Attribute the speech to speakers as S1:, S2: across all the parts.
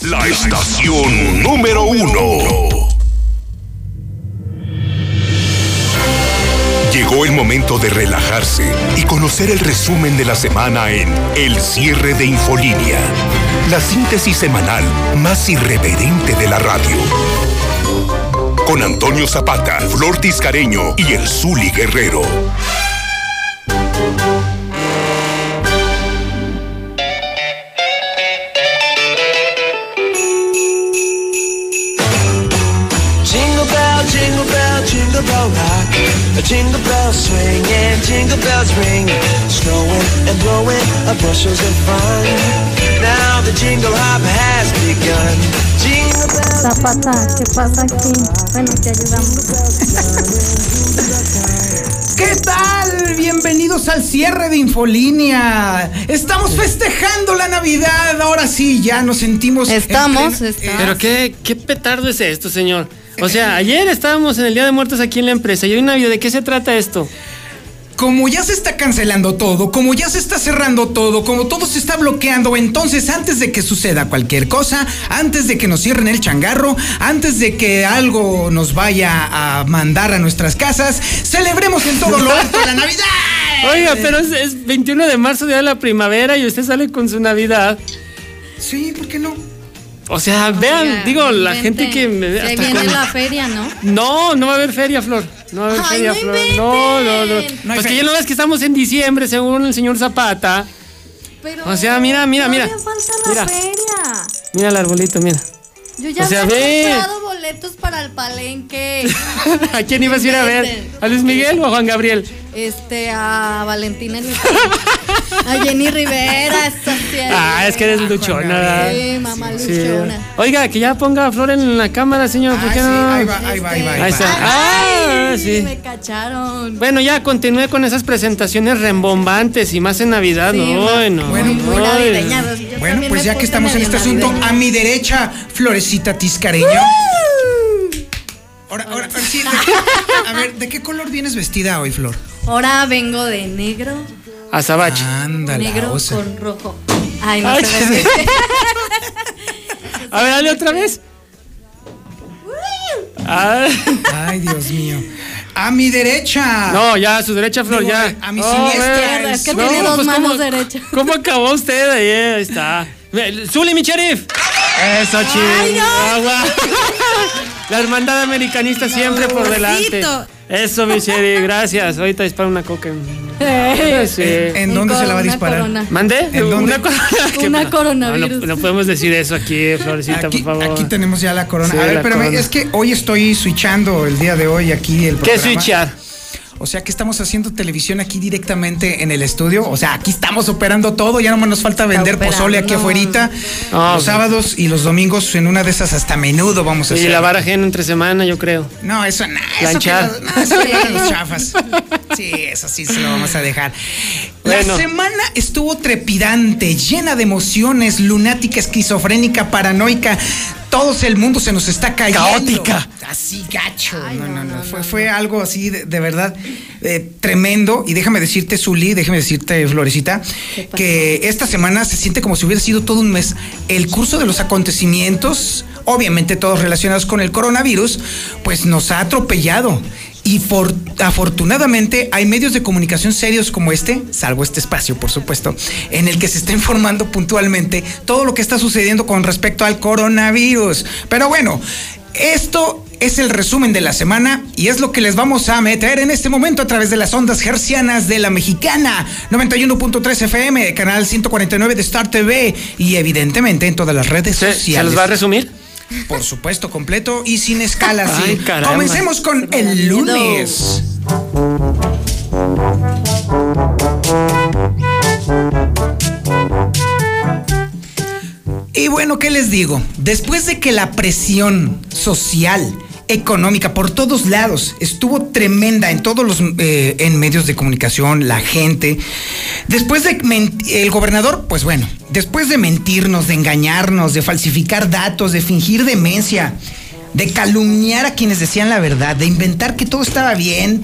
S1: La estación número uno. Llegó el momento de relajarse y conocer el resumen de la semana en El cierre de Infolínea, la síntesis semanal más irreverente de la radio. Con Antonio Zapata, Flor Tiscareño y el Zuli Guerrero.
S2: Jingle bell, jingle bell, jingle bell rock. A jingle bell swing and jingle bells ring. Snowing and blowing a bushels of fun. Now the jingle hop has begun. Jingle bell,
S3: Zapata, ¿qué pasa aquí? Bueno, te ayudamos.
S4: ¿Qué tal? Bienvenidos al cierre de Infolínea. Estamos festejando la Navidad. Ahora sí, ya nos sentimos. en
S5: Estamos,
S4: plena-
S5: estamos.
S6: Pero qué, qué petardo es esto, señor. O sea, ayer estábamos en el Día de Muertos aquí en la empresa y hoy Navidad, ¿de qué se trata esto?
S4: Como ya se está cancelando todo, como ya se está cerrando todo, como todo se está bloqueando, entonces antes de que suceda cualquier cosa, antes de que nos cierren el changarro, antes de que algo nos vaya a mandar a nuestras casas, celebremos en todo lo alto la Navidad.
S6: Oiga, pero es, es 21 de marzo, día de la primavera y usted sale con su Navidad.
S4: Sí, ¿por qué no?
S6: O sea, vean,
S5: Oiga,
S6: digo, la
S5: inventen.
S6: gente que me ve
S5: Se
S6: hasta
S5: viene
S6: con-
S5: la feria, ¿no?
S6: No, no va a haber feria, Flor. No va a haber
S5: Ay,
S6: feria,
S5: no
S6: Flor.
S5: inventen.
S6: No, no, no.
S4: No hay
S6: Pues que
S4: feria.
S6: ya no ves que estamos en diciembre, según el señor Zapata.
S5: Pero
S6: O sea, mira, mira, mira.
S5: todavía falta la
S6: Mira.
S5: feria.
S6: Mira el arbolito, mira.
S5: Yo ya
S6: O sea,
S5: había
S6: ve.
S5: comprado boletos para el palenque.
S6: ¿A quién ibas a ir a ver?
S5: Inventen.
S6: ¿A Luis Miguel o a Juan Gabriel?
S5: Este, a Valentina en mi palenque. A Jenny Rivera, esta sí
S6: Ah, es que eres luchona. ¿verdad?
S5: Sí, mamá
S6: Sí.
S5: luchona.
S6: Oiga, que ya ponga a Flor en la cámara, señor. ¿Por
S4: Ah,
S6: qué
S4: sí,
S6: no?
S4: ahí va, ahí va, ahí va.
S6: Ahí está. Ah,
S5: Ay,
S6: sí.
S5: Me cacharon.
S6: Bueno, ya continúe con esas presentaciones rembombantes y más en Navidad.
S5: Sí,
S6: no,
S5: más-
S6: no.
S5: muy, muy
S6: no.
S5: navideña, yo
S4: pues, Bueno,
S5: también
S4: pues
S5: me
S4: ya que
S5: puse
S4: estamos en
S5: medio
S4: este asunto,
S5: navideña.
S4: a mi derecha, Florecita Tiscareño. Ahora, ahora, ahora sí,
S6: Ah.
S4: de- a ver, ¿de qué color vienes vestida hoy, Flor?
S5: Ahora vengo de negro,
S6: Azabache.
S4: Ándale,
S5: negro
S4: osa.
S5: con rojo. Ay, no
S6: Ay,
S5: se ve.
S6: a ver, dale otra vez. Ah,
S4: Ay, Dios mío. A mi derecha.
S6: no, ya, a su derecha, Flor,
S4: Ah. Digo, eh,
S6: ya.
S4: a mi
S6: No,
S4: siniestra,
S6: bueno.
S4: es que
S6: No, pues,
S4: tiene
S5: dos
S6: ¿cómo-
S5: manos derechas.
S6: ¿Cómo acabó usted? Ahí, eh, ahí está. Ve, Zuli, mi sheriff. Eso,
S5: Ay,
S6: chido.
S5: no.
S6: Agua. La hermandad americanista siempre por delante.
S5: Pobrecito.
S6: Eso, mi sheriff, gracias. Ahorita dispara una coca. Sí.
S4: ¿En dónde
S5: Un
S4: se la va a
S5: con- una
S4: disparar?
S5: corona.
S6: ¿Mandé?
S4: ¿En dónde?
S6: Una, corona.
S5: Una
S6: No,
S5: coronavirus.
S6: No, no podemos decir eso aquí, Florecita,
S4: Aquí,
S6: por favor.
S4: aquí tenemos ya la corona.
S6: Sí,
S4: a ver,
S6: la
S4: espérame,
S6: corona.
S4: es que hoy estoy switchando el día de hoy aquí el
S6: ¿Qué
S4: programa.
S6: switchar?
S4: O sea que estamos haciendo televisión aquí directamente en el estudio. O sea, aquí estamos operando todo. Ya nomás nos falta vender
S5: operando.
S4: pozole aquí afuerita.
S6: Ah,
S4: los
S6: ok.
S4: sábados y los domingos en una de esas hasta menudo vamos a
S6: Y
S4: hacer.
S6: la vara ajena entre semana, yo creo.
S4: No, eso no. Eso que ah,
S6: Planchar.
S4: lo- no, eso que lo- los chafas. Sí, eso sí se lo vamos a dejar. La
S6: Bueno.
S4: semana estuvo trepidante, llena de emociones, lunática, esquizofrénica, paranoica. Todo el mundo se nos está cayendo.
S6: Caótica.
S4: Así gacho. no, no, no, Fue, fue algo así de, de verdad eh, tremendo. Y déjame decirte, Zuli, déjame decirte, Florecita, que esta semana se siente como si hubiera sido todo un mes. El curso de los acontecimientos, obviamente todos relacionados con el coronavirus, pues nos ha atropellado. Y por- afortunadamente hay medios de comunicación serios como este, salvo este espacio, por supuesto, en el que se está informando puntualmente todo lo que está sucediendo con respecto al coronavirus. Pero bueno, esto es el resumen de la semana y es lo que les vamos a meter en este momento a través de las ondas hercianas de la mexicana 91.3 FM, canal 149 de Star TV y evidentemente en todas las redes
S6: ¿Se,
S4: sociales.
S6: se los va a resumir?
S4: Por supuesto, completo y sin escalas. sí.
S6: Ay, caramba.
S4: Comencemos con
S5: me da
S4: el
S5: miedo.
S4: lunes. Y bueno, ¿qué les digo? Después de que la presión social, económica, por todos lados, estuvo tremenda en todos los eh, en medios de comunicación, la gente. Después de men- el gobernador, pues bueno, después de mentirnos, de engañarnos, de falsificar datos, de fingir demencia, de calumniar a quienes decían la verdad, de inventar que todo estaba bien,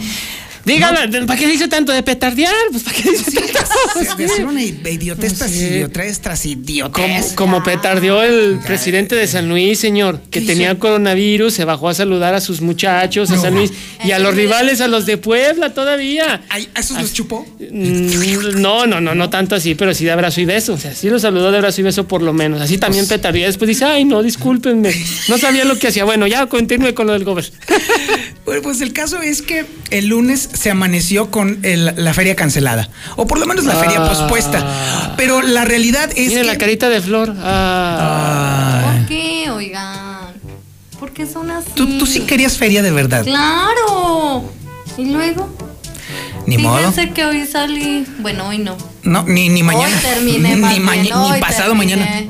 S6: Dígalo, ¿para qué dice tanto de petardear? Pues ¿para qué dice tanto?
S4: Se- de hacer una idiotez tras
S6: Sí.
S4: idiotez tras
S6: Como,
S4: idiotez.
S6: como petardeó el presidente de San Luis, señor, que
S4: ¿Qué
S6: tenía
S4: hizo?
S6: coronavirus, se bajó a saludar a sus muchachos, a
S4: No.
S6: San Luis, y a los rivales, a los de Puebla todavía.
S4: Ay, ¿A esos los chupó?
S6: Mm, No, no, no, no tanto así, pero sí de abrazo y beso. O sea, sí lo saludó de abrazo y beso por lo menos. Así también
S4: Pues
S6: petardeó. Después dice, ay, no, discúlpenme. No sabía lo que hacía. Bueno, ya continúe con lo del gober.
S4: Bueno, pues el caso es que el lunes se amaneció con el- la feria cancelada. O por lo menos la feria
S6: Ah.
S4: pospuesta. Pero la realidad es
S6: Mire
S4: que.
S6: la carita de flor. Ah.
S5: ¿Por qué, oigan? ¿Por qué son así?
S4: Tú, tú sí querías feria de verdad.
S5: ¡Claro! Y luego,
S4: Ni modo.
S5: fíjense que hoy salí. Bueno, hoy no.
S4: No, ni, ni mañana.
S5: Hoy terminé.
S4: ni
S5: más bien,
S4: maña- ni
S5: hoy
S4: pasado
S5: terminé
S4: mañana.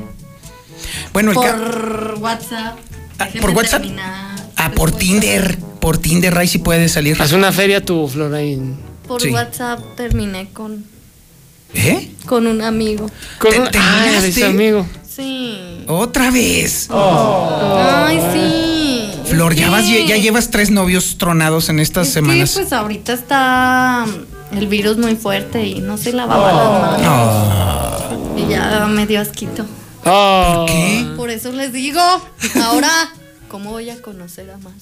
S4: Bueno, el ca-
S5: Por WhatsApp.
S4: Ah,
S5: Déjenme
S4: ¿por WhatsApp?
S5: terminar.
S4: Ah, por Tinder. Por Tinder, Ray sí puede salir.
S6: Haz una feria tu flor ahí.
S5: Por
S4: Sí.
S5: WhatsApp terminé con,
S4: ¿Eh?
S5: con un amigo.
S6: Con
S4: ¿Te-
S6: un-
S4: te
S6: Ay,
S4: miraste?
S6: ese amigo.
S5: Sí.
S4: Otra vez.
S5: Ay, Oh.
S6: Oh.
S5: sí.
S4: Flor, ya,
S5: Es
S4: vas,
S5: que-
S4: ya llevas tres novios tronados en estas
S5: es
S4: semanas.
S5: Que, pues ahorita está mm, el virus muy fuerte y no se lavaba las manos.
S4: Oh,
S5: Y ya me dio asquito.
S6: Oh.
S4: ¿Qué?
S5: Por eso les digo, ahora, ¿cómo voy a conocer a más?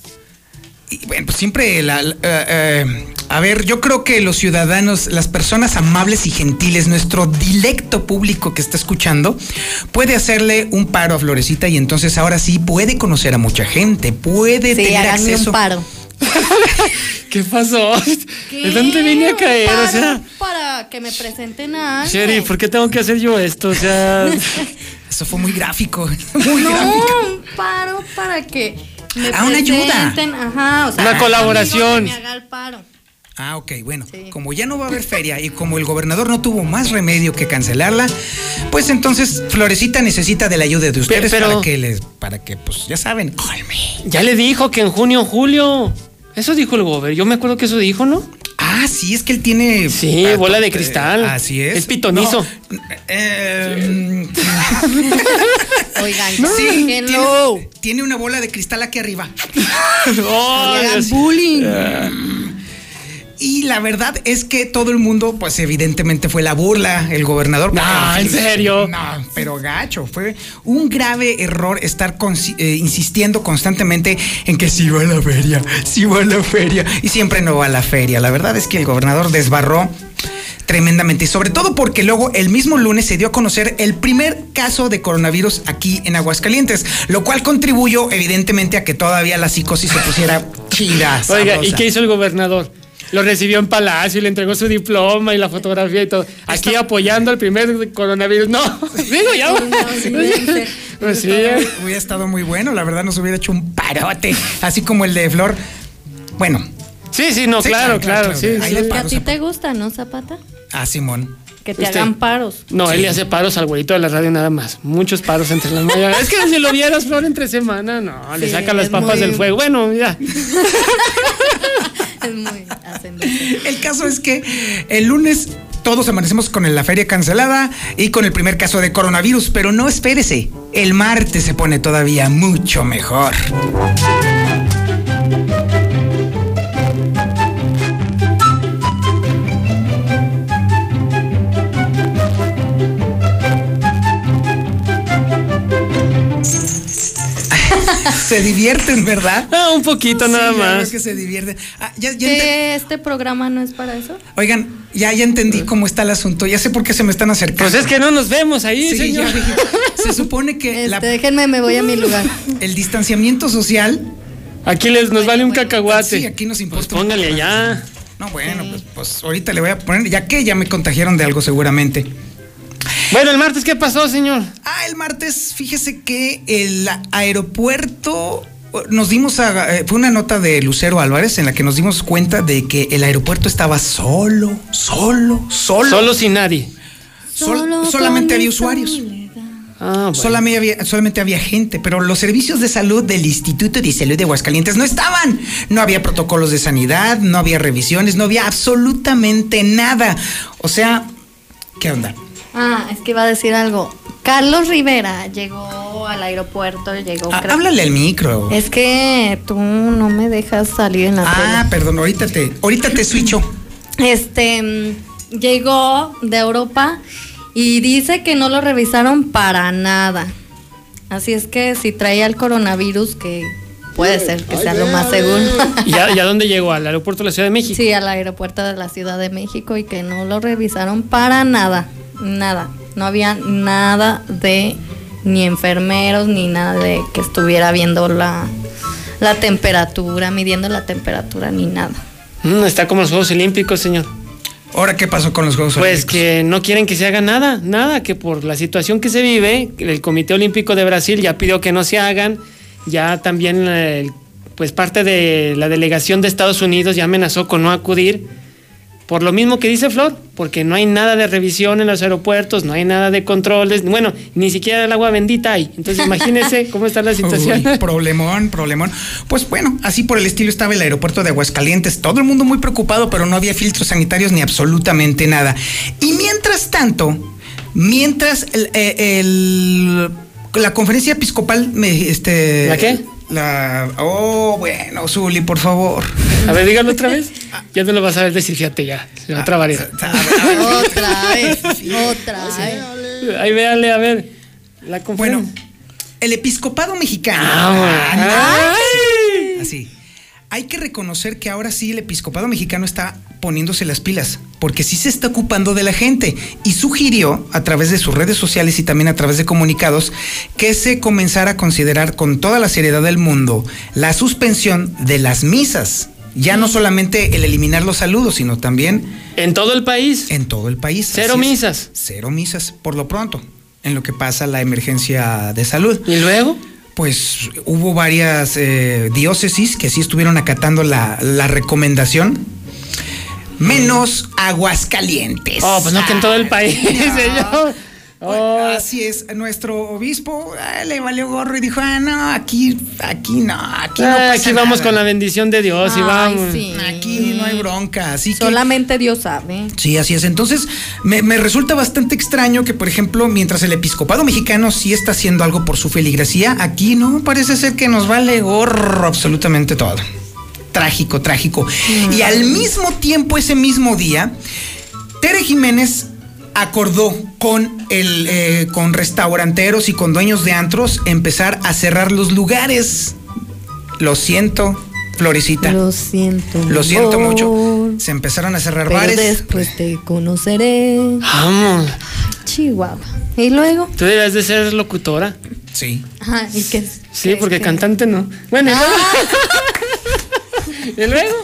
S4: Y, bueno, pues siempre la- la- eh, eh, a ver, yo creo que los ciudadanos, las personas amables y gentiles, nuestro dilecto público que está escuchando, puede hacerle un paro a Florecita y entonces ahora sí puede conocer a mucha gente, puede
S5: Sí,
S4: tener
S5: háganme
S4: acceso.
S5: un paro.
S6: ¿Qué pasó? ¿De dónde vine a
S5: Un
S6: caer? O
S5: paro
S6: sea,
S5: Para que me presenten a alguien.
S6: Sherry, ¿por qué tengo que hacer yo esto? O sea,
S4: Eso fue muy gráfico, muy
S5: No,
S4: gráfico.
S5: un paro para que me
S4: Ah, una ayuda.
S5: presenten. Ajá, o sea,
S6: Una
S5: un
S6: colaboración.
S5: amigo que me haga el paro.
S4: Ah, ok, bueno,
S5: Sí.
S4: como ya no va a haber feria y como el gobernador no tuvo más remedio que cancelarla, pues entonces Florecita necesita de la ayuda de ustedes
S6: pero-
S4: para que les, para que, pues ya saben, colme.
S6: ya le dijo que en junio, julio. Eso dijo el gober. Yo me acuerdo que eso dijo, ¿no?
S4: Ah, sí, es que él tiene.
S6: Sí,
S4: pato-
S6: bola de cristal.
S4: eh, así es.
S6: Es pitonizo.
S4: No, eh,
S5: Oigan,
S4: sí, tiene,
S5: déjenlo.
S4: tiene una bola de cristal aquí arriba.
S6: Oh,
S5: Le hagan
S6: Dios.
S5: bullying.
S6: Eh.
S4: Y la verdad es que todo el mundo, pues evidentemente fue la burla, el gobernador. porque, pues,
S6: No, ¿en serio?
S4: No, pero gacho, fue un grave error estar consi- eh, insistiendo constantemente en que sí va a la feria, sí va a la feria. Y siempre no va a la feria. La verdad es que el gobernador desbarró tremendamente. Y sobre todo porque luego el mismo lunes se dio a conocer el primer caso de coronavirus aquí en Aguascalientes, lo cual contribuyó evidentemente a que todavía la psicosis se pusiera chida.
S6: Oiga, ¿y
S4: sabrosa.
S6: qué hizo el gobernador? Lo recibió en Palacio y le entregó su diploma y la fotografía y todo. Aquí apoyando al primer coronavirus. No, digo ya.
S5: Coronavirus.
S6: Pues sí.
S4: Hubiera estado muy bueno, la verdad nos hubiera hecho un parote, así como el de Flor. Bueno,
S6: Sí, sí, no,
S4: Sí,
S6: claro, claro. sí,
S4: Ahí
S6: sí.
S4: le
S5: Que a
S4: paro,
S5: ti
S4: Zapata.
S5: te gusta, ¿no, Zapata?
S4: Ah, Simón.
S5: Que te
S6: Este.
S5: hagan paros.
S6: No, él le hace paros al güerito de la radio nada más. Muchos paros entre las mañanas. es que si lo vieras, Flor, entre semana, no, le
S5: Sí,
S6: saca las
S5: es
S6: papas
S5: muy-
S6: del fuego. Bueno, ya.
S5: Es muy ascendente.
S4: El caso es que el lunes todos amanecemos con la feria cancelada y con el primer caso de coronavirus, pero no espérese, el martes se pone todavía mucho mejor. Se divierten, ¿verdad?
S6: Ah, un poquito nada
S4: Sí, claro
S6: más.
S4: que se divierten. Ah, ya- ya ente-
S5: ¿Que este programa no es para eso?
S4: Oigan, ya, ya entendí cómo está el asunto, ya sé por qué se me están acercando.
S6: Pues es que no nos vemos ahí,
S4: Sí,
S6: señor.
S4: ya dije, se supone que
S5: Este,
S4: la-
S5: Déjenme, me voy a mi lugar.
S4: el distanciamiento social,
S6: Aquí les nos vale un cacahuate.
S4: sí, aquí nos
S6: Pues
S4: importa.
S6: póngale allá.
S4: No, bueno, pues, pues ahorita le voy a poner, ya que ya me contagiaron de algo seguramente.
S6: Bueno, el martes, ¿qué pasó, señor?
S4: Ah, el martes, fíjese que el aeropuerto nos dimos a, eh, fue una nota de Lucero Álvarez en la que nos dimos cuenta de que el aeropuerto estaba solo, solo, solo,
S6: Solo sin nadie.
S4: Sol-
S5: Solo
S4: solamente
S5: con
S4: había
S5: mi
S4: usuarios.
S5: soledad.
S6: Ah, bueno.
S4: Solamente había, solamente había gente, pero los servicios de salud del Instituto de Salud de Aguascalientes no estaban. No había protocolos de sanidad, no había revisiones, no había absolutamente nada. O sea, ¿qué onda?
S5: Ah, es que iba a decir algo. Carlos Rivera llegó llegó al aeropuerto, llegó.
S4: Ah,
S5: creo-
S4: háblale al micro.
S5: Es que tú no me dejas salir en la
S4: Ah, perdón, ahorita te, ahorita te switcho.
S5: tele. Este mm, llegó de Europa y dice que no lo revisaron para nada. Así es que si traía el coronavirus, que puede ser que sea lo más seguro.
S6: ¿Y a, y a dónde llegó? ¿Al aeropuerto de la Ciudad de México?
S5: Sí, al aeropuerto de la Ciudad de México y que no lo revisaron para nada, nada. No había nada de ni enfermeros ni nada de que estuviera viendo la, la temperatura, midiendo la temperatura ni nada.
S6: Mm, está como los Juegos Olímpicos, señor.
S4: Ahora, ¿qué pasó con los Juegos
S6: Pues
S4: Olímpicos?
S6: que no quieren que se haga nada, nada, que por la situación que se vive, el Comité Olímpico de Brasil ya pidió que no se hagan, ya también eh, pues parte de la delegación de Estados Unidos ya amenazó con no acudir, por lo mismo que dice Flor, porque no hay nada de revisión en los aeropuertos, no hay nada de controles, bueno, ni siquiera el agua bendita hay, entonces imagínense cómo está la situación.
S4: Uy, problemón, problemón. Pues bueno, así por el estilo estaba el aeropuerto de Aguascalientes. Todo el mundo muy preocupado, pero no había filtros sanitarios ni absolutamente nada. Y mientras tanto, mientras el, eh, el- la conferencia episcopal me este
S6: ¿La qué?
S4: La oh, bueno, Zuli, por favor.
S6: A ver, dígalo otra vez, ya no lo vas a ver decir, fíjate ya,
S4: Ah,
S6: otra variedad.
S5: Otra vez, otra vez.
S6: Ahí véale, a ver, la conferencia.
S4: Bueno, el episcopado mexicano.
S6: Ah, bueno.
S4: Ah,
S6: Ay.
S4: Así. Hay que reconocer que ahora sí el episcopado mexicano está poniéndose las pilas, porque sí se está ocupando de la gente y sugirió a través de sus redes sociales y también a través de comunicados que se comenzara a considerar con toda la seriedad del mundo la suspensión de las misas. Ya no solamente el eliminar los saludos, sino también
S6: En todo el país.
S4: en todo el país.
S6: Cero
S4: Así es.
S6: misas.
S4: Cero misas, por lo pronto, en lo que pasa la emergencia de salud.
S6: ¿Y luego?
S4: Pues hubo varias eh, diócesis que sí estuvieron acatando la, la recomendación. Menos Aguascalientes.
S6: Oh, pues no, que en todo el país, señor.
S4: Bueno,
S6: Oh,
S4: Pues Así es, nuestro obispo ah, le valió gorro y dijo, ah, no, aquí, aquí no, aquí no
S6: ah,
S4: pasa
S6: aquí vamos
S4: nada.
S6: con la bendición de Dios y
S5: Ay,
S6: vamos.
S5: sí.
S4: Aquí no hay bronca, así que...
S5: Solamente Dios sabe.
S4: Sí, así es. Entonces, me, me resulta bastante extraño que, por ejemplo, mientras el episcopado mexicano sí está haciendo algo por su feligresía, aquí no parece ser que nos vale gorro absolutamente todo. Trágico, trágico.
S5: Mm.
S4: Y al mismo tiempo, ese mismo día, Tere Jiménez acordó con el eh, con restauranteros y con dueños de antros empezar a cerrar los lugares. Lo siento, Florecita.
S5: Lo siento.
S4: Lo siento
S5: amor,
S4: mucho. Se empezaron a cerrar
S5: Pero
S4: bares.
S5: después te conoceré.
S6: Vamos.
S5: Chihuahua. Y luego.
S6: Tú debes de ser locutora.
S4: Sí.
S5: Ajá, ¿y qué? Ah,
S6: Sí,
S5: ¿Qué-
S6: porque
S5: qué
S6: cantante no. Bueno, y luego- ¿y luego?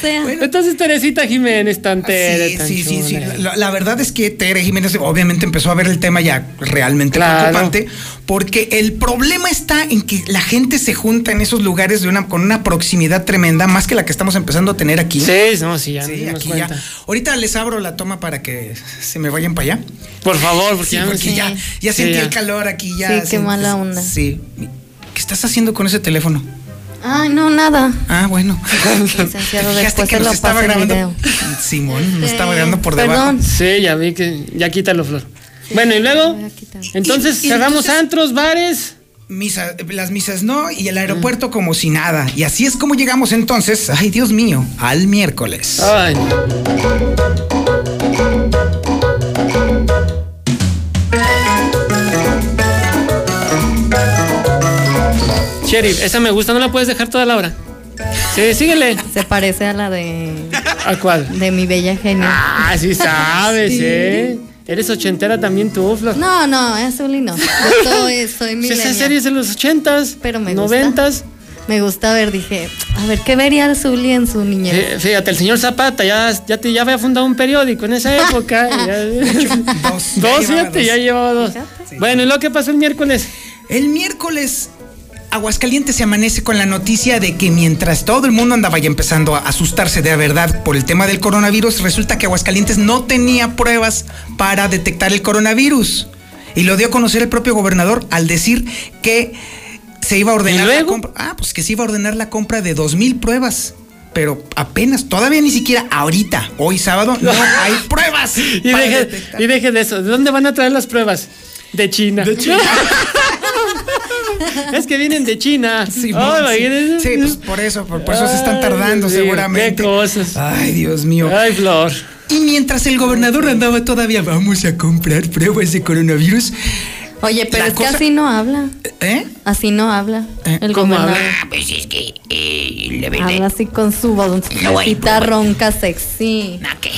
S5: sea?
S6: Entonces, Teresita Jiménez, tan Tere,
S4: Ah, Sí,
S6: tan
S4: sí, sí, sí.
S6: chula.
S4: La, la verdad es que Tere Jiménez obviamente empezó a ver el tema ya realmente
S6: Claro.
S4: preocupante, porque el problema está en que la gente se junta en esos lugares de una, con una proximidad tremenda, más que la que estamos empezando a tener aquí.
S6: Sí, no, sí, ya
S4: Sí,
S6: nos dimos
S4: aquí
S6: cuenta.
S4: ya. Ahorita les abro la toma para que se me vayan para allá.
S6: Por favor, porque
S4: Sí,
S6: ya me-
S4: porque ya, ya
S6: Sí,
S4: sentí
S6: ya.
S4: el calor aquí, ya.
S5: Sí, qué
S4: sientes-
S5: mala onda.
S4: Sí. ¿Qué estás haciendo con ese teléfono?
S5: Ay, no, nada.
S4: Ah, bueno.
S5: Licenciado,
S4: Fíjate
S5: después
S4: que
S5: te
S4: nos
S5: lo
S4: estaba
S5: paso el
S4: grabando.
S5: video.
S4: Simón, me
S5: Este,
S4: estaba grabando por debajo.
S5: Perdón.
S6: Sí, ya vi que. Ya quítalo, Flor. Bueno, y luego.
S5: voy a quitar.
S6: Entonces,
S4: Y- y
S6: cerramos
S4: entonces-
S6: antros, bares.
S4: Misa- las misas no y el aeropuerto
S6: Mm.
S4: como si nada. Y así es como llegamos entonces, ay Dios mío, al miércoles.
S6: Ay, no. Sheriff, esa me gusta, no la puedes dejar toda la hora. Sí, síguele.
S5: Se parece a la de,
S6: ¿A cuál?
S5: de mi bella genio.
S6: Ah, sí sabes,
S5: Sí.
S6: ¿eh? Eres ochentera también tú, Flor.
S5: No, no, es Uli no. Yo soy, soy
S6: Sí, esa
S5: millennial.
S6: serie es de los ochentas,
S5: Pero me gusta.
S6: noventas.
S5: Me gusta ver, dije, a ver, ¿qué vería Zully en su niñez?
S6: Fí-
S4: Eh,
S6: Fíjate, el señor Zapata ya, ya, te- ya había fundado un periódico en esa época. ya-
S4: dos, ya
S6: dos,
S4: llevaba
S6: fíjate,
S4: dos.
S6: ya llevaba dos.
S5: Fíjate.
S6: Bueno, ¿y lo que pasó el miércoles?
S4: El miércoles Aguascalientes se amanece con la noticia de que mientras todo el mundo andaba ya empezando a asustarse de verdad por el tema del coronavirus, resulta que Aguascalientes no tenía pruebas para detectar el coronavirus. Y lo dio a conocer el propio gobernador al decir que se iba a ordenar la
S6: luego?
S4: compra. Ah, pues que se iba a ordenar la compra de dos mil pruebas. Pero apenas, todavía ni siquiera ahorita, hoy sábado, no hay pruebas.
S6: Y
S4: para
S6: deje,
S4: detectar.
S6: y deje de eso. ¿De dónde van a traer las pruebas? De China. es que vienen de China.
S4: Sí,
S6: Oh,
S4: sí.
S6: imagínense.
S4: Sí, pues por eso, por, por eso se están
S6: Ay,
S4: tardando
S6: Dios mío,
S4: seguramente.
S6: qué cosas.
S4: Ay, Dios mío.
S6: Ay, Flor.
S4: Y mientras el gobernador andaba todavía, vamos a comprar pruebas de coronavirus.
S5: Oye, pero
S4: La
S5: es
S4: cosa-
S5: que así no habla.
S4: ¿Eh?
S5: Así no habla.
S4: Eh,
S5: el
S6: ¿cómo habla?
S5: gobernador.
S4: Pues
S5: Habla así con su vocecita
S4: pues,
S5: ronca sexy. ¿Qué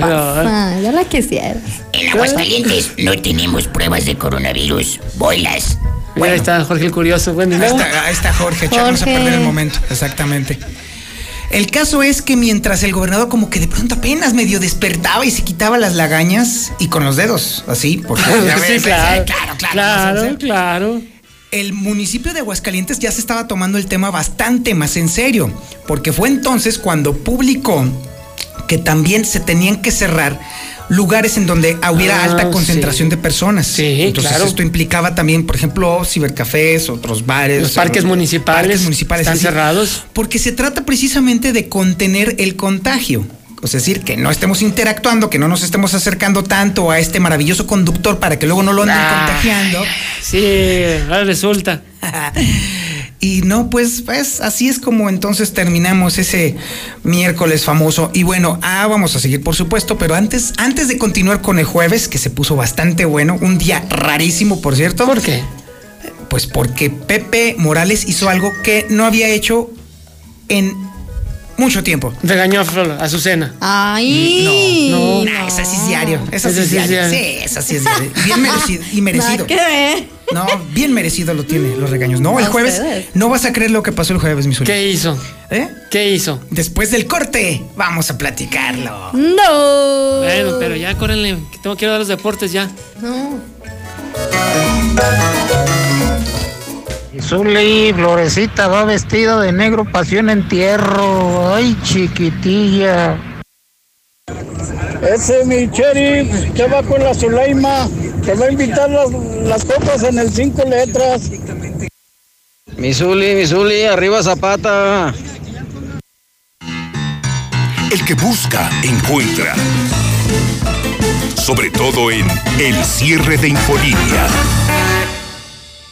S5: pasa? Ya la quisieras.
S7: En Aguascalientes no tenemos pruebas de coronavirus. Boilas.
S6: Ahí está Jorge el Curioso. Bueno, y
S4: Ahí
S6: luego-
S4: está, ahí está Jorge, echarnos a
S5: Jorge.
S4: perder el momento. Exactamente. El caso es que mientras el gobernador como que de pronto apenas medio despertaba y se quitaba las lagañas y con los dedos, así, porque ya
S6: Sí,
S4: ves,
S6: claro,
S4: eh, claro, claro, no sé
S6: claro,
S4: hacer.
S6: claro.
S4: El municipio de Aguascalientes ya se estaba tomando el tema bastante más en serio, porque fue entonces cuando publicó que también se tenían que cerrar lugares en donde hubiera
S6: Ah,
S4: alta concentración de
S6: sí.
S4: personas.
S6: Sí,
S4: Entonces
S6: claro.
S4: esto implicaba también, por ejemplo, cibercafés, otros bares.
S6: Los parques
S4: eh,
S6: municipales
S4: parques municipales
S6: están
S4: así.
S6: cerrados.
S4: Porque se trata precisamente de contener el contagio. Es decir, que no estemos interactuando, que no nos estemos acercando tanto a este maravilloso conductor para que luego no lo anden
S6: Ah.
S4: contagiando.
S6: Sí, ahora resulta.
S4: Y no, pues, pues así es como entonces terminamos ese miércoles famoso. Y bueno, ah, vamos a seguir, por supuesto, pero antes, antes de continuar con el jueves, que se puso bastante bueno, un día rarísimo, por cierto.
S6: ¿Por qué?
S4: Pues porque Pepe Morales hizo algo que no había hecho en mucho tiempo.
S6: Regañó a Flor, a Azucena.
S5: Ay.
S6: No,
S4: Nah, esa sí es diario. Esa sí
S6: Esa
S4: es
S6: sí es
S4: diario. Sí,
S6: diario.
S4: esa sí es diario. Bien merecido y merecido.
S5: Nada que ver.
S4: No, bien merecido lo tiene los regaños. No, el
S5: A
S4: jueves.
S5: ustedes.
S4: No vas a creer lo que pasó el jueves, mi Zuli.
S6: ¿Qué hizo?
S4: ¿Eh?
S6: ¿Qué hizo?
S4: Después del corte, vamos a platicarlo.
S5: No.
S6: Bueno, pero ya córrenle, que tengo que ir a los deportes ya.
S5: No.
S8: Zuli, Florecita va vestida de negro, pasión entierro. Ay, chiquitilla.
S2: Ese mi sheriff que va con la Zuleima, que va a invitar las, las copas en el cinco letras.
S9: Misuli, Misuli, arriba Zapata.
S1: El que busca, encuentra. Sobre todo en El cierre de Infolínea.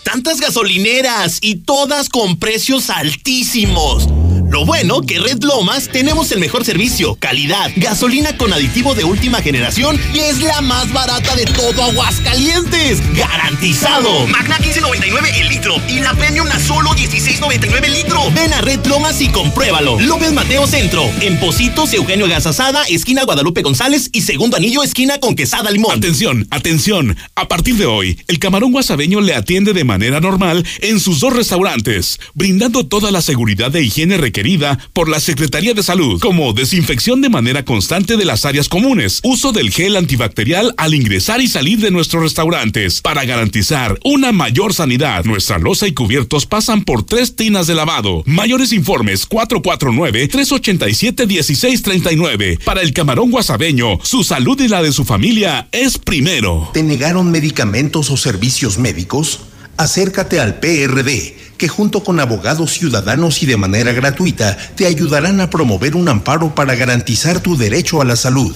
S10: Tantas gasolineras y todas con precios altísimos. Lo bueno que Red Lomas tenemos el mejor servicio, calidad, gasolina con aditivo de última generación y es la más barata de todo Aguascalientes. ¡Garantizado! Magna 15.99 el litro y la Premium a solo 16.99 el litro. Ven a Red Lomas y compruébalo. López Mateo Centro, en Positos, Eugenio Gasasada, esquina Guadalupe González y segundo anillo, esquina con Quesada Limón.
S11: Atención, atención. A partir de hoy, el camarón guasaveño le atiende de manera normal en sus dos restaurantes, brindando toda la seguridad de higiene requerida por la Secretaría de Salud, como desinfección de manera constante de las áreas comunes, uso del gel antibacterial al ingresar y salir de nuestros restaurantes, para garantizar una mayor sanidad. Nuestra losa y cubiertos pasan por tres tinas de lavado. Mayores informes 449-387-1639. Para el camarón guasaveño, su salud y la de su familia es primero.
S12: ¿Te negaron medicamentos o servicios médicos? Acércate al PRD, que junto con abogados ciudadanos y de manera gratuita te ayudarán a promover un amparo para garantizar tu derecho a la salud.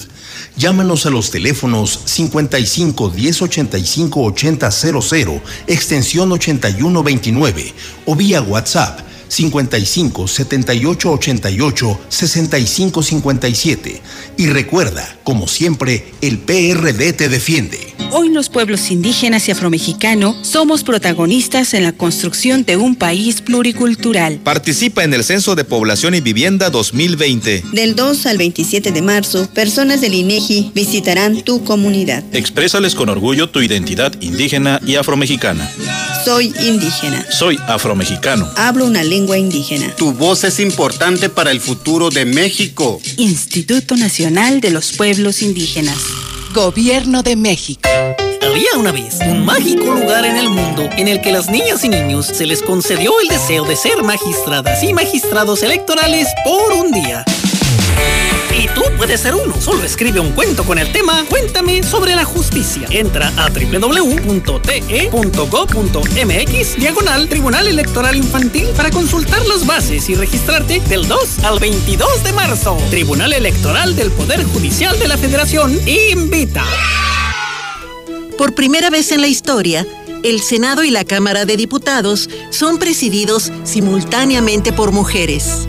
S12: Llámanos a los teléfonos 55 1085 8000, extensión 8129, o vía WhatsApp 55 78 88 65 57. Y recuerda, como siempre, el PRD te defiende.
S13: Hoy los pueblos indígenas y afromexicano somos protagonistas en la construcción de un país pluricultural.
S14: Participa en el Censo de Población y Vivienda 2020.
S15: Del 2 al 27 de marzo, personas del INEGI visitarán tu comunidad.
S14: Exprésales con orgullo tu identidad indígena y afromexicana.
S15: Soy indígena.
S14: Soy afromexicano.
S15: Hablo una lengua indígena.
S16: Tu voz es importante para el futuro de México.
S13: Instituto Nacional de los Pueblos Indígenas. Gobierno de México.
S17: Había una vez un mágico lugar en el mundo en el que las niñas y niños se les concedió el deseo de ser magistradas y magistrados electorales por un día. Y tú puedes ser uno. Solo escribe un cuento con el tema Cuéntame sobre la justicia. Entra a www.te.gov.mx Diagonal Tribunal Electoral Infantil para consultar las bases y registrarte del 2 al 22 de marzo. Tribunal Electoral del Poder Judicial de la Federación invita.
S18: Por primera vez en la historia,
S13: el Senado y la Cámara de Diputados son presididos simultáneamente por mujeres.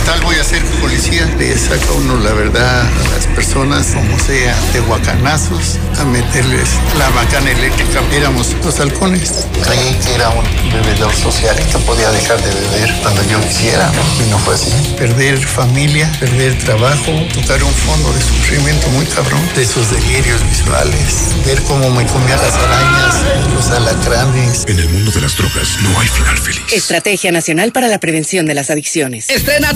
S16: total voy a ser policía. Le saca uno la verdad a las personas, como sea, de guacanazos, a meterles la macana eléctrica. Éramos los halcones. Creí que era un bebedor social que podía dejar de beber cuando yo quisiera. Y no fue así. Perder familia, perder trabajo, tocar un fondo de sufrimiento muy cabrón de sus delirios visuales. Ver cómo me comía las arañas, los alacranes.
S19: En el mundo de las drogas no hay final feliz.
S7: Estrategia Nacional para la Prevención de las Adicciones.
S20: Estrena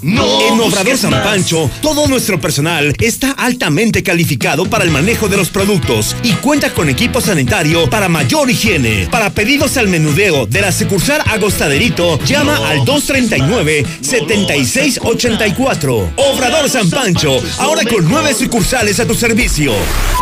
S21: No pues, en Obrador San Pancho, todo nuestro personal está altamente calificado para el manejo de los productos y cuenta con equipo sanitario para mayor higiene. Para pedidos al menudeo de la sucursal Agostaderito, llama al 239-7684. Obrador San Pancho, ahora con nueve sucursales a tu servicio.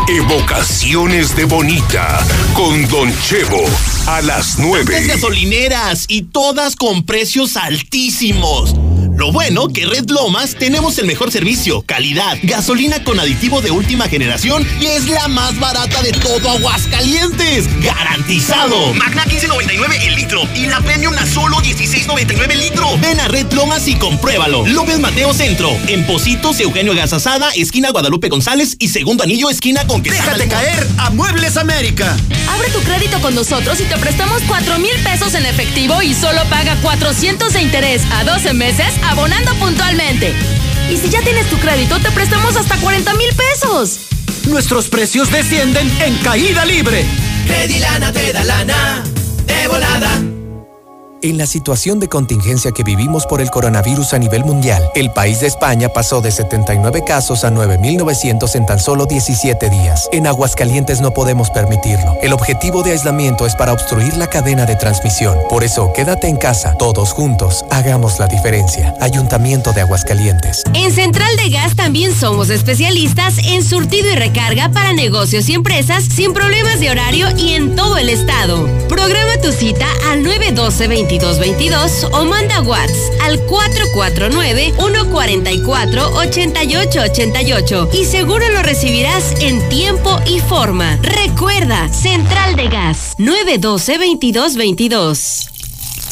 S1: Evocaciones de Bonita con Don Chevo a las 9.
S10: gasolineras y todas con precios altísimos. Lo bueno que Red Lomas tenemos el mejor servicio, calidad, gasolina con aditivo de última generación y es la más barata de todo Aguascalientes. ¡Garantizado!
S22: Magna 15.99 el litro y la Premium a solo 16.99 el litro.
S10: Ven a Red Lomas y compruébalo. López Mateo Centro, en Positos, Eugenio Gasasada, esquina Guadalupe González y segundo anillo, esquina con que.
S23: ¡Déjate caer a Muebles América!
S24: Abre tu crédito con nosotros y te prestamos 4 mil pesos en efectivo y solo paga 400 de interés a 12 meses abonando puntualmente. Y si ya tienes tu crédito, te prestamos hasta 40 mil pesos.
S23: Nuestros precios descienden en caída libre.
S25: Credilana te da lana, de volada.
S26: En la situación de contingencia que vivimos por el coronavirus a nivel mundial, el país de España pasó de 79 casos a 9.900 en tan solo 17 días. En Aguascalientes no podemos permitirlo. El objetivo de aislamiento es para obstruir la cadena de transmisión. Por eso, quédate en casa. Todos juntos, hagamos la diferencia. Ayuntamiento de Aguascalientes.
S27: En Central de Gas también somos especialistas en surtido y recarga para negocios y empresas sin problemas de horario y en todo el estado. Programa tu cita al 912 20 2222 o manda WhatsApp al 449-144-8888 y seguro lo recibirás en tiempo y forma. Recuerda, Central de Gas, 912-2222.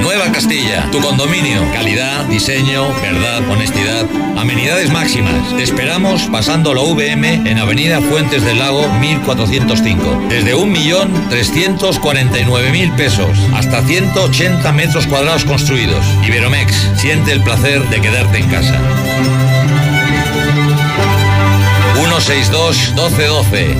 S28: Nueva Castilla, tu condominio. Calidad, diseño, verdad, honestidad. Amenidades máximas. Te esperamos pasando la VM en Avenida Fuentes del Lago 1405. Desde 1.349.000 pesos hasta 180 metros cuadrados construidos. Iberomex, siente el placer de quedarte en casa. 162-1212.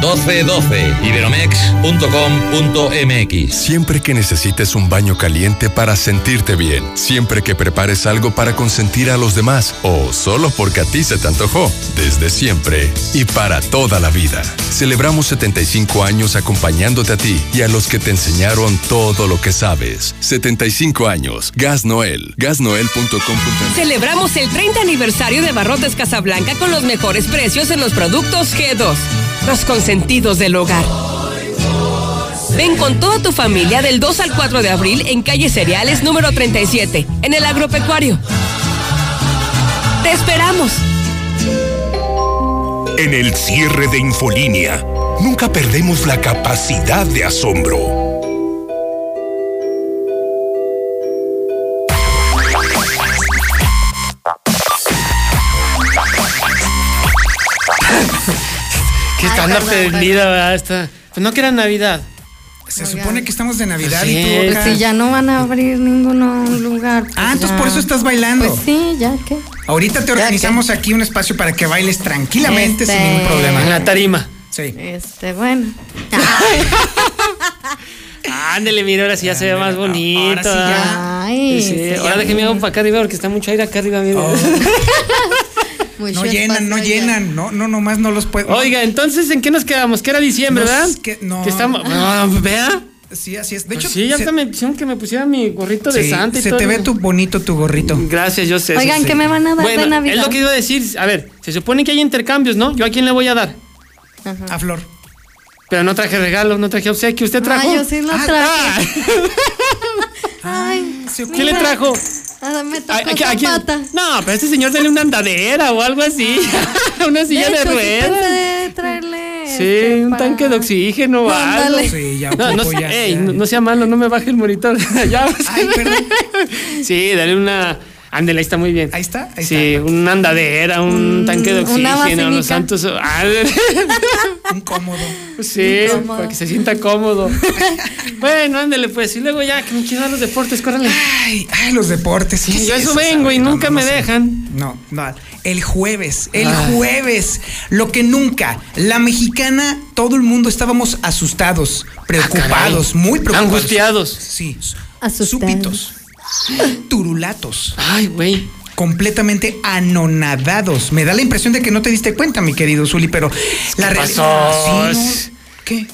S28: 162-1212. Iberomex.com.mx.
S29: Siempre que necesites un baño caliente para sentirte bien, siempre que prepares algo para consentir a los demás o solo porque a ti se te antojó, desde siempre y para toda la vida. Celebramos 75 años acompañándote a ti y a los que te enseñaron todo lo que sabes. 75 años. Gas Noel. GasNoel.com.
S30: Celebramos el 30 aniversario de Barrotes Casablanca con los mejores precios en los productos G2, los consentidos del hogar. Ven con toda tu familia del 2 al 4 de abril en calle Cereales número 37, en el agropecuario. ¡Te esperamos!
S1: En el cierre de Infolínea, nunca perdemos la capacidad de asombro.
S6: Que está anda perdida, ¿verdad? Está- Pues no que era Navidad.
S4: Se supone que estamos de Navidad
S6: Pues
S4: y
S6: sí.
S4: tú
S5: Pues
S4: acá-
S5: si ya no van a abrir ningún lugar. pues
S4: Ah, entonces
S5: ya.
S4: por eso estás bailando.
S5: Pues sí, ya que.
S4: Ahorita te organizamos aquí un espacio para que bailes tranquilamente sin
S5: Este-
S4: ningún problema.
S6: En la tarima.
S4: Sí.
S5: Este, bueno.
S6: Ándele, mira, ahora sí ya se ve más bonito.
S4: ahora sí
S6: ah.
S5: Ay,
S6: Sí, sí.
S5: sí,
S6: Ahora
S5: ya.
S6: déjeme ir para acá arriba porque está mucho aire acá arriba, mira.
S5: Muy
S4: No
S5: short
S4: llenan, no
S5: paso
S4: llenan. No, no, nomás no los puedo.
S6: Oiga, entonces, ¿en qué nos quedamos? Que era diciembre,
S4: Nos-
S6: ¿verdad?
S4: que- no.
S6: Que estamos. Ah, Vea. Pues
S4: Sí, así es. De hecho,
S6: sí, ya
S4: se-
S6: hasta me pusieron que me pusiera mi gorrito de
S4: sí,
S6: santa y
S4: se
S6: todo
S4: te ve
S6: eso.
S4: tu bonito tu gorrito.
S6: Gracias, yo sé. eso
S5: Oigan,
S6: sí.
S5: ¿qué me van a dar
S6: Bueno,
S5: de Navidad?
S6: Es lo que iba a decir. A ver, se supone que hay intercambios, ¿no? ¿Yo a quién le voy a dar?
S4: A Flor.
S6: Pero no traje regalos, no traje obsequio. ¿Usted trajo?
S5: Ah, yo sí lo
S4: Ah,
S6: Ah,
S5: traje. Ay,
S6: ¿Qué le trajo?
S5: ah, me
S6: ¿A-
S5: tocó
S6: a- a quién?
S5: zapata.
S6: No, pero este señor dale una andadera o algo así. una
S5: De
S6: silla de,
S5: hecho, sí
S6: ruedas.
S5: pensé traerle.
S6: Sí, un tanque de oxígeno o algo.
S5: Ándale.
S4: Sí, ya un
S6: No, no,
S4: poco, ya,
S6: ey,
S4: ya.
S6: no- no sea malo, no me baje el monitor. ya, o sea,
S4: Ay, perdón.
S6: sí, dale una. Ándale, ahí está muy bien.
S4: Ahí está. Ahí
S6: Sí, una andadera, un tanque de
S5: una
S6: oxígeno,
S5: vacinica.
S6: los santos. ah,
S4: está. Un cómodo.
S6: sí,
S5: Incómodo.
S6: para que se sienta cómodo. bueno, ándele pues. Y luego ya, que me quiero dar los deportes, córrele.
S4: Ay, ay, los deportes. ¿qué es
S6: Yo a eso
S4: eso,
S6: vengo y
S4: Sabrina? No,
S6: nunca
S4: no
S6: me
S4: sé.
S6: dejan. Ah.
S4: No, no. El jueves, el
S6: Ay.
S4: jueves. Lo que nunca. La mexicana, todo el mundo estábamos asustados, preocupados, muy preocupados.
S6: Ah, Angustiados.
S4: Sí.
S5: Asustados.
S4: Súpitos. Turulatos.
S6: Ay, güey.
S4: Completamente anonadados. Me da la impresión de que no te diste cuenta, mi querido Zuli, pero la realidad.
S6: pasó?
S4: Sí, no. ¿Qué?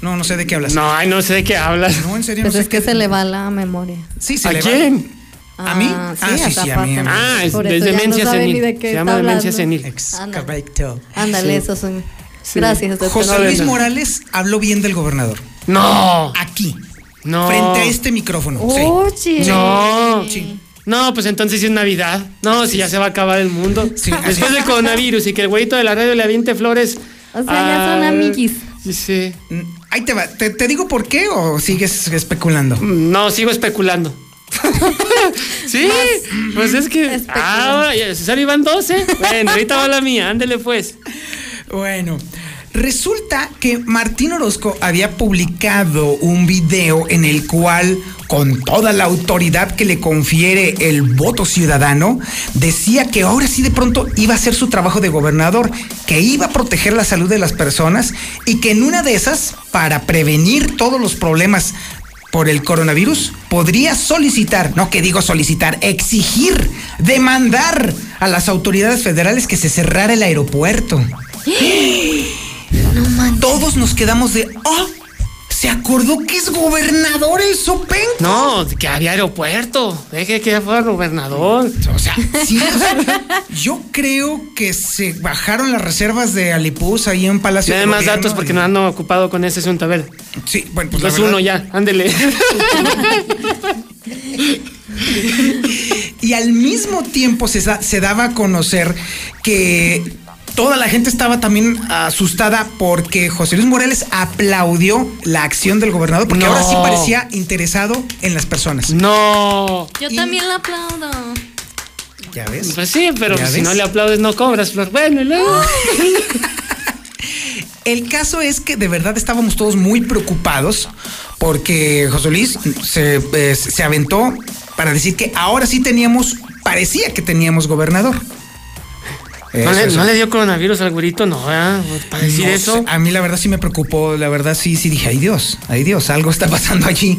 S4: No, no sé de qué hablas.
S6: No, ay, no sé de qué hablas.
S4: No, en serio,
S5: Pues
S4: no sé
S5: es que
S4: qué-
S5: se le va la memoria.
S4: Sí, se
S6: ¿A
S4: le va.
S6: quién?
S4: ¿A mí?
S5: Ah,
S4: Ah, sí,
S5: a
S4: sí, a mí,
S5: Zapata.
S4: a mí.
S6: Ah, es
S5: Por
S6: de
S5: eso ya no
S6: demencia
S5: sabe ni
S6: senil.
S5: de qué
S6: Se
S5: está
S6: llama demencia
S5: hablando.
S6: senil.
S4: Ex-
S5: Ándale.
S4: Correcto.
S5: Ándale,
S6: Sí.
S5: eso son. Gracias. doctor.
S4: José
S6: Pero-
S4: Luis Morales habló bien del gobernador.
S6: No,
S4: Aquí.
S6: no.
S4: Frente a este micrófono.
S5: Oye.
S6: No.
S4: Sí.
S6: No, pues entonces sí es Navidad. No, si ya se va a acabar el mundo. Pues
S4: Sí, así
S6: Después
S4: es.
S6: del coronavirus y que el güeyito de la radio le aviente flores.
S5: O sea, ya son
S6: al-
S5: amiguis.
S6: Sí, Sí.
S4: sí. Mm, Ahí te va. ¿Te, te digo por qué o sigues especulando?
S6: Mm, No, sigo especulando. sí, pues es que. ah,
S5: especulando.
S6: Ahora, ya se iban 12. Bueno, ahorita va la mía, ándele pues.
S4: Bueno. Resulta que Martín Orozco había publicado un video en el cual, con toda la autoridad que le confiere el voto ciudadano, decía que ahora sí de pronto iba a hacer su trabajo de gobernador, que iba a proteger la salud de las personas y que en una de esas, para prevenir todos los problemas por el coronavirus, podría solicitar, no que digo solicitar, exigir, demandar a las autoridades federales que se cerrara el aeropuerto. Todos nos quedamos de, ¡oh! Se acordó que es gobernador el Sopen.
S6: No, que había aeropuerto. Deje que ya fuera gobernador.
S4: O sea, sí, o sea, yo creo que se bajaron las reservas de Alipus ahí en Palacio
S6: Me
S4: de
S6: den más
S4: Gobierno
S6: datos porque
S4: y-
S6: no ando ocupado con ese asunto. A ver,
S4: Sí, bueno, pues
S6: pues
S4: la verdad-
S6: uno ya, ándele.
S4: Y al mismo tiempo se, sa- se daba a conocer que toda la gente estaba también asustada porque José Luis Morales aplaudió la acción del gobernador porque
S6: No.
S4: ahora sí parecía interesado en las personas.
S6: no.
S5: Yo
S4: Y-
S5: también la aplaudo.
S4: ¿Ya ves?
S6: Pues sí, pero
S4: ¿Ya
S6: si
S4: ves?
S6: no le aplaudes no cobras, Flor. Bueno, y luego...
S4: El caso es que de verdad estábamos todos muy preocupados porque José Luis se, eh, se aventó para decir que ahora sí teníamos, parecía que teníamos gobernador.
S6: ¿No,
S4: Eso,
S6: le,
S4: eso.
S6: no le dio coronavirus al güerito? No, ¿verdad? Pues, Para decir
S4: No
S6: eso.
S4: sé, A mí la verdad sí me preocupó, la verdad sí, sí dije, ay Dios, ay Dios, algo está pasando allí.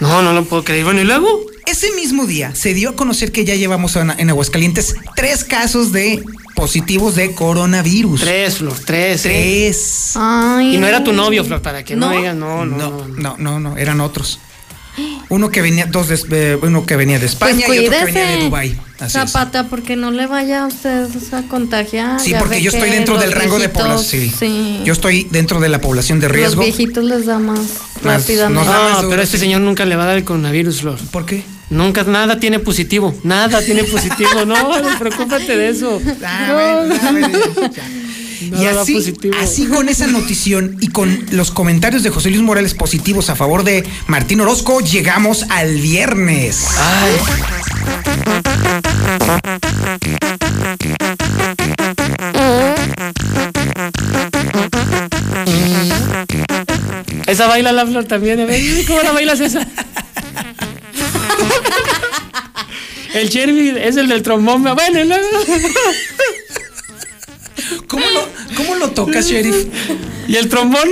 S6: No, no lo puedo creer. Bueno, ¿y luego?
S4: Ese mismo día se dio a conocer que ya llevamos en, en Aguascalientes tres casos de positivos de coronavirus.
S6: Tres, Flor, tres. ¿eh?
S4: Tres.
S5: Ay.
S6: Y no era tu novio, Flor, para que no, digas, no, no,
S4: No,
S6: no.
S4: no, no, no, eran otros. Uno que venía, dos de- eh, uno que venía de España
S5: Pues
S4: y otro que venía de
S5: cuídese,
S4: Dubái. Así es.
S5: Zapata, porque no le vaya a usted a contagiar.
S4: Sí,
S5: Ya
S4: porque
S5: ve
S4: yo estoy
S5: que
S4: dentro del
S5: los
S4: rango de
S5: viejitos,
S4: población. Sí.
S5: sí.
S4: Yo estoy dentro de la población de riesgo.
S5: Los viejitos les da más
S4: Más-
S5: rápidamente.
S4: nos da- más
S6: No,
S4: duro,
S6: pero este
S4: sí.
S6: señor nunca le va a dar el coronavirus, Flor.
S4: ¿Por qué?
S6: Nunca, nada tiene positivo. Nada tiene positivo. No, no, preocúpate de eso.
S4: Ah, bueno, ya, bueno, ya.
S6: No
S4: Y
S6: da
S4: así,
S6: positivo.
S4: así con esa notición y con los comentarios de José Luis Morales positivos a favor de Martín Orozco, llegamos al viernes.
S6: Esa baila la flor también, ¿eh? ¿Cómo la bailas esa? El Cherby es el del trombón. Bueno, no.
S4: ¿Cómo lo, cómo lo tocas, sheriff?
S6: ¿Y el trombón?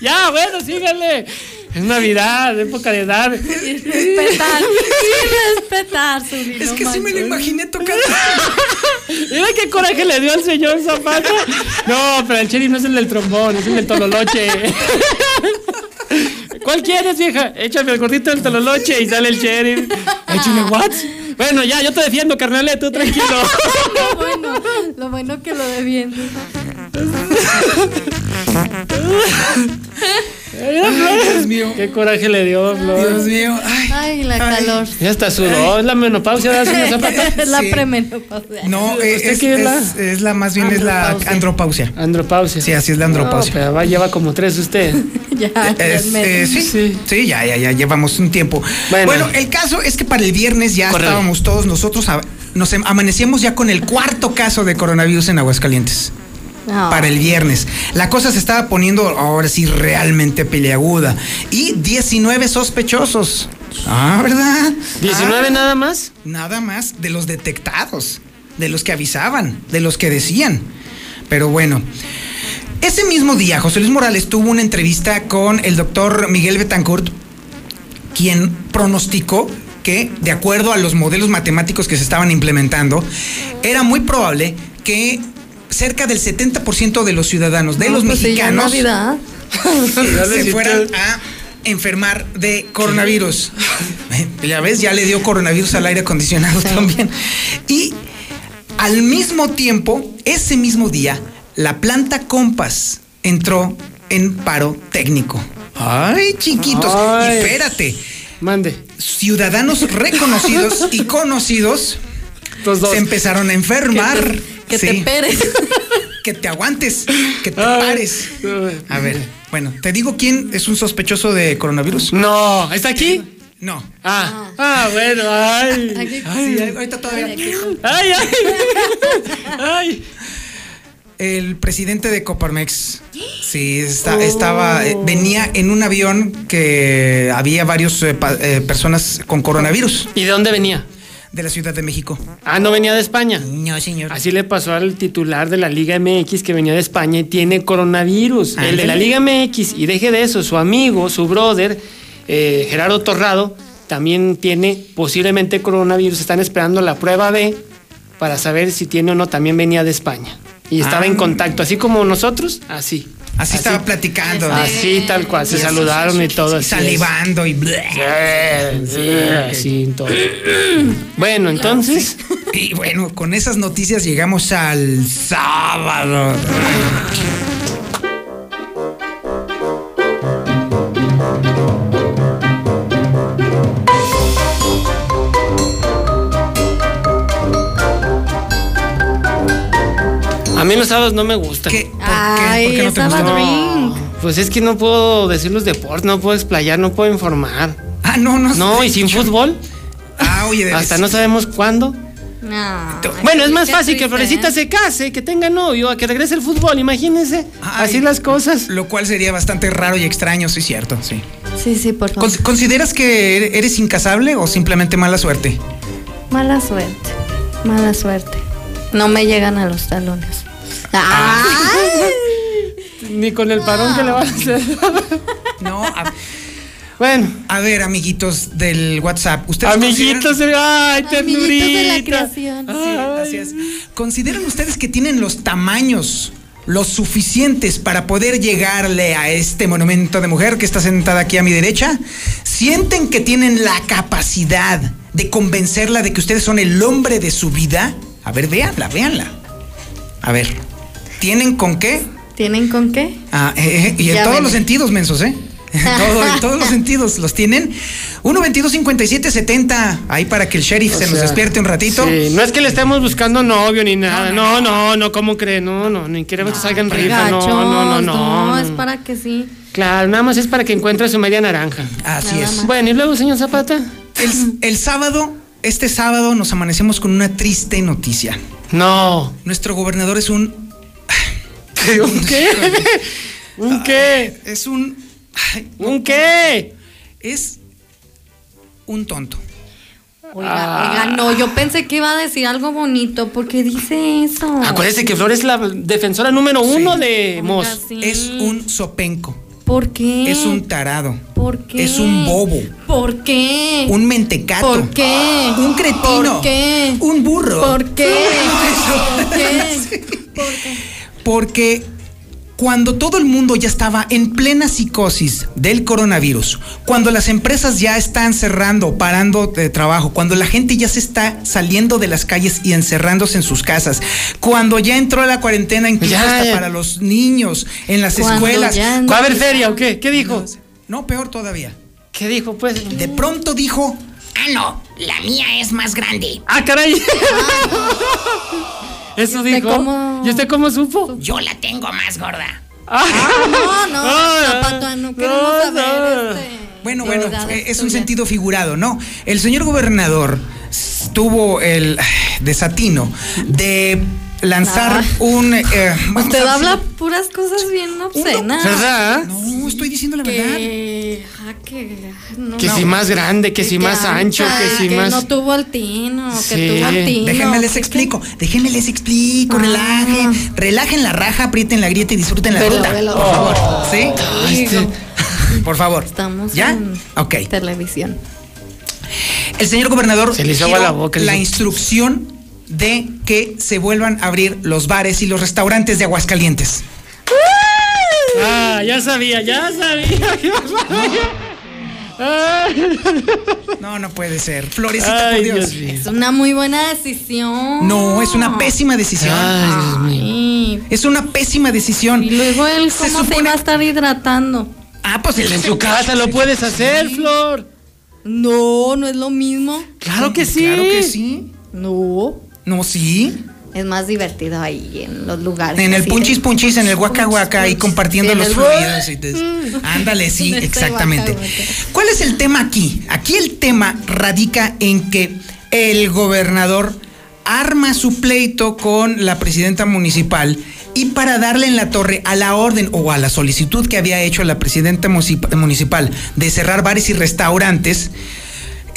S6: ya, bueno, síganle. Es Navidad, época de edad.
S5: Respetar, respetar su vida.
S4: Es que sí me lo imaginé tocar.
S6: Mira qué coraje le dio al señor Zapata. No, pero el sheriff no es el del trombón, es el del tololoche. ¿Cuál quieres, vieja? Échame el gordito del tololoche y sale el sheriff. Échame, ¿what? Bueno, ya, yo te defiendo, carnal, tú tranquilo.
S5: Lo bueno, lo bueno que lo defiendes.
S6: Dios mío. Qué coraje le dio, Flor.
S4: Dios mío. Ay,
S5: Ay la calor.
S6: Ya está sudó. Es la menopausia de señor Zapata.
S5: Es la
S4: Sí.
S5: premenopausia.
S4: No, es,
S6: ¿Usted
S4: es,
S6: qué es la?
S4: es- es la más bien es la andropausia.
S6: Andropausia.
S4: Sí, así es la andropausia.
S6: No, pero va, lleva como tres usted.
S5: Ya,
S4: Es-
S5: ya me-
S4: eh, sí, Este. sí, ya, ya, ya llevamos un tiempo.
S6: Bueno.
S4: Bueno, el caso es que para el viernes ya
S6: Correle.
S4: estábamos todos nosotros, a- nos em- amanecíamos ya con el cuarto caso de coronavirus en Aguascalientes.
S5: No.
S4: Para el viernes. La cosa se estaba poniendo ahora sí realmente peleaguda. Y 19 sospechosos. Ah, ¿verdad?
S6: 19
S4: Ah,
S6: nada más.
S4: Nada más de los detectados, de los que avisaban, de los que decían. Pero bueno, ese mismo día José Luis Morales tuvo una entrevista con el doctor Miguel Betancourt, quien pronosticó que, de acuerdo a los modelos matemáticos que se estaban implementando, era muy probable que cerca del 70% de los ciudadanos, de
S5: No,
S4: los
S5: pues sí, ya
S4: mexicanos,
S5: Navidad.
S4: se fueran a enfermar de coronavirus. Ya ves, ya le dio coronavirus al aire acondicionado también. Y al mismo tiempo, ese mismo día, la planta Compass entró en paro técnico. Ay, chiquitos.
S6: Ay.
S4: Y espérate,
S6: Mande.
S4: ciudadanos reconocidos y conocidos
S6: Los dos.
S4: se empezaron a enfermar.
S5: Que
S4: Sí,
S5: te peres.
S4: que te aguantes, que te
S6: Ay.
S4: pares. A ver, bueno, ¿te digo quién es un sospechoso de coronavirus?
S6: No, ¿está aquí?
S4: No.
S6: Ah, ah, bueno, ay.
S5: Aquí-
S4: Ay, ay, ahorita todavía.
S6: Ay, ay. Ay.
S4: El presidente de Coparmex. Sí, está- estaba. eh, Venía en un avión que había varios eh, pa- eh, personas con coronavirus
S6: ¿Y de dónde venía?
S4: de la Ciudad de México.
S6: Ah, no venía de España.
S4: No, señor.
S6: Así le pasó al titular de la Liga MX que venía de España y tiene coronavirus. el de la Liga MX, y deje de eso, su amigo, su brother, eh, Gerardo Torrado, también tiene posiblemente coronavirus. Están esperando la prueba B para saber si tiene o no. También venía de España. Y estaba
S4: Ah.
S6: en contacto, así como nosotros, así.
S4: Así estaba platicando.
S6: Así tal cual, se saludaron y todo
S4: Y
S6: así.
S4: salivando y. bleh.
S6: Sí, sí, así todo. Bueno, entonces,
S4: Y bueno, con esas noticias llegamos al sábado.
S6: a mí los sábados no me gustan.
S4: ¿Qué? ¿Por qué? ¿Por
S5: Ay,
S4: qué no te
S5: esa
S4: gusta?
S5: drink.
S6: Pues es que no puedo decir los deportes, no puedo explayar, no puedo informar.
S4: Ah, no, no.
S6: No, y sin fútbol,
S4: Ah, oye, de-
S6: hasta no sabemos cuándo.
S5: No.
S6: Bueno, es más
S5: Qué
S6: fácil
S5: triste,
S6: que Florecita
S5: ¿eh?
S6: se case, que tenga novio, a que regrese el fútbol, imagínense.
S4: Ay.
S6: Así las cosas.
S4: Lo cual sería bastante raro y extraño, sí, cierto, sí.
S5: Sí, sí, por favor.
S4: Con- ¿Consideras que er- eres incasable o simplemente mala suerte?
S5: Mala suerte. Mala suerte. No me llegan a los talones.
S6: Ah.
S5: Ah, Ay.
S6: Ni con el parón que le van a hacer.
S4: No, a,
S6: Bueno,
S4: a ver, amiguitos del WhatsApp, ustedes
S6: amiguitos,
S4: consideran-
S6: de- ay,
S5: Amiguitos de la
S6: ternurita.
S5: creación.
S4: Sí, gracias. ¿Consideran ustedes que tienen los tamaños los suficientes para poder llegarle a este monumento de mujer que está sentada aquí a mi derecha? ¿Sienten que tienen la capacidad de convencerla de que ustedes son el hombre de su vida? A ver, véanla, véanla. A ver, ¿tienen con qué?
S5: ¿Tienen con qué?
S4: Ah, eh, eh, y en
S5: Ya
S4: todos
S5: ven.
S4: los sentidos, mensos, ¿eh? En todo- en todos los sentidos los tienen. 1 22 57 70 ahí para que el sheriff
S6: O
S4: se nos
S6: sea,
S4: despierte un ratito.
S6: Sí, no es que le estemos buscando novio ni nada. No, no, no, ¿cómo cree? No, no, ni queremos que salgan rifa. No,
S5: Gachos,
S6: no, no, no.
S5: no, es para que sí.
S6: Claro, nada más es para que encuentre su media naranja.
S4: Así
S5: Nada
S4: es.
S5: más.
S6: Bueno, y luego, señor Zapata.
S4: El, el sábado, este sábado, nos amanecemos con una triste noticia.
S6: No.
S4: Nuestro gobernador es un.
S6: ¿Qué? ¿Un qué?
S4: Ah, Es un. ay,
S6: ¿Un qué?
S4: Es un tonto.
S5: Oiga, oiga, no,
S6: Ah.
S5: yo pensé que iba a decir algo bonito, porque dice eso?
S6: Acuérdese que Flor es la defensora número uno de Moss.
S5: sí.
S4: Es un sopenco.
S5: ¿Por qué?
S4: Es un tarado.
S5: ¿Por qué?
S4: Es un bobo.
S5: ¿Por qué?
S4: Un mentecato.
S5: ¿Por qué?
S4: Un cretino.
S5: ¿Por qué?
S4: Un burro.
S5: ¿Por qué? ¿Por
S4: Eso.
S5: qué? ¿Por qué?
S4: Porque cuando todo el mundo ya estaba en plena psicosis del coronavirus, cuando las empresas ya están cerrando, parando de trabajo, cuando la gente ya se está saliendo de las calles y encerrándose en sus casas, cuando ya entró la cuarentena incluso
S6: Ya,
S4: hasta
S6: ya.
S4: para los niños en las
S5: Cuando
S4: escuelas.
S5: ya
S6: ¿Va a haber feria o qué? ¿Qué dijo?
S4: No, peor todavía.
S6: ¿Qué dijo, pues?
S4: De pronto dijo,
S31: Ah, no, la mía es más grande.
S6: ¡Ah, caray! ¿Eso
S5: ¿Y usted
S6: dijo?
S5: cómo-
S6: ¿Y usted cómo supo?
S31: Yo la tengo más gorda.
S5: Ah, no, no, Zapata, no queremos
S6: no,
S5: saber.
S6: no.
S5: este,
S4: Bueno, bueno,
S5: verdades
S4: eh, es un
S5: tuyas.
S4: sentido figurado, ¿no? El señor gobernador s- tuvo el ah, desatino de lanzar
S5: Ah.
S4: un... eh, vamos
S5: Usted
S4: a-
S5: habla puras cosas bien obscenas.
S6: ¿Verdad?
S4: No, estoy diciendo la verdad.
S5: Que, ah, que, no,
S6: Que
S5: no.
S6: si más grande, que si más ancho,
S5: alta,
S6: que si más.
S5: no tuvo altino,
S6: Sí.
S5: que tuvo altino.
S4: Déjenme les
S5: que-
S4: explico, déjenme les explico,
S5: Ah.
S4: relajen, relajen la raja, aprieten la grieta y disfruten la
S5: Velo,
S4: fruta.
S5: velo,
S4: por
S5: por
S4: favor, ¿sí?
S6: Ay, este-
S4: Por favor.
S5: Estamos
S4: ¿Ya?
S5: en
S4: Ok.
S5: televisión.
S4: El señor gobernador
S6: Se le hizo
S4: giró
S6: agua la boca, dice.
S4: instrucción de que se vuelvan a abrir los bares y los restaurantes de Aguascalientes.
S6: Ah, ya sabía, ya sabía, ya sabía. Ay,
S4: No, no puede ser. Florecita,
S6: Ay,
S4: por Dios.
S6: Dios mío.
S5: Es una muy buena decisión.
S4: No, es una pésima decisión.
S6: Ay, Dios mío.
S5: Sí.
S4: Es una pésima decisión.
S5: Y luego él
S4: Se
S5: cómo
S4: supone-
S5: se iba a estar hidratando.
S4: Ah, pues el
S6: En su casa lo puedes hacer, Flor.
S5: No, no es lo mismo.
S6: Claro que sí.
S4: Claro que sí.
S5: No.
S4: No, sí.
S5: Es más divertido ahí en los lugares.
S4: En el
S5: así
S4: punchis
S5: de-
S4: punchis, en el huaca huaca, ahí
S5: punchis.
S4: compartiendo
S5: En
S4: los
S5: el-
S4: fluidos. y des- Ándale, sí,
S5: En este
S4: exactamente.
S5: guaca, guaca.
S4: ¿Cuál es el tema aquí? Aquí el tema radica en que el gobernador arma su pleito con la presidenta municipal y para darle en la torre a la orden o a la solicitud que había hecho la presidenta municip- municipal de cerrar bares y restaurantes,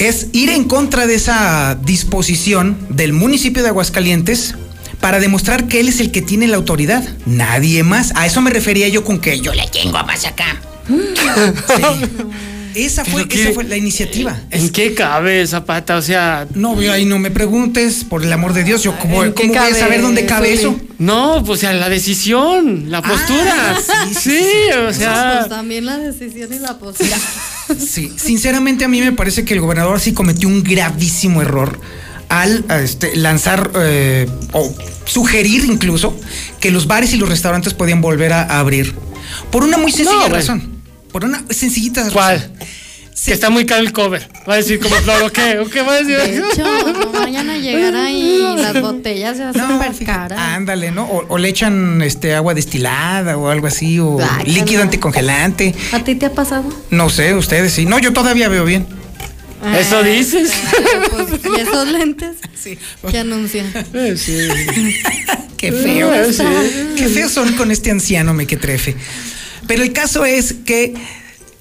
S4: es ir en contra de esa disposición del municipio de Aguascalientes para demostrar que él es el que tiene la autoridad, nadie más. A eso me refería yo con que yo
S31: Yo la tengo más acá.
S4: esa fue,
S6: Pero qué-
S4: esa fue la iniciativa.
S6: ¿En qué cabe Zapata? O sea,
S4: No, yo ahí no me preguntes, por el amor de Dios,
S5: Ah,
S4: yo cómo,
S6: ¿En qué
S4: cómo voy a
S6: cabe
S4: saber dónde
S6: eso,
S4: cabe eso.
S6: no, pues o sea, la decisión, la postura.
S4: Ah, sí, sí,
S6: sí,
S4: sí.
S6: o
S5: Ah, Pues
S6: sea.
S5: también la decisión y la postura.
S4: Sí, sinceramente a mí me parece que el gobernador sí cometió un gravísimo error al este, lanzar eh, o sugerir incluso que los bares y los restaurantes podían volver a, a abrir. Por una muy sencilla
S6: bueno.
S4: razón. Por una sencillita razón.
S6: ¿Cuál?
S4: Sí.
S6: Que está muy caro el cover. Va a decir como Flor, ¿o qué? ¿O qué va a decir?
S5: De hecho, no vayan a llegar ahí y las botellas se hacen
S4: No, ah,
S5: súper
S4: fíjate,
S5: caras.
S4: ándale, ¿no? O, o le echan este agua destilada o algo así, o
S5: Guácala.
S4: líquido anticongelante.
S5: ¿A ti te ha pasado?
S4: No sé, ustedes sí. No, yo todavía veo bien.
S6: ¿Eso
S5: Ay,
S6: dices?
S5: claro, pues, ¿Y esos lentes?
S4: Ah, Sí.
S5: que anuncian?
S6: Eh, sí.
S4: Qué feo.
S6: Ah, sí.
S4: Qué feos son con este anciano mequetrefe. Pero el caso es que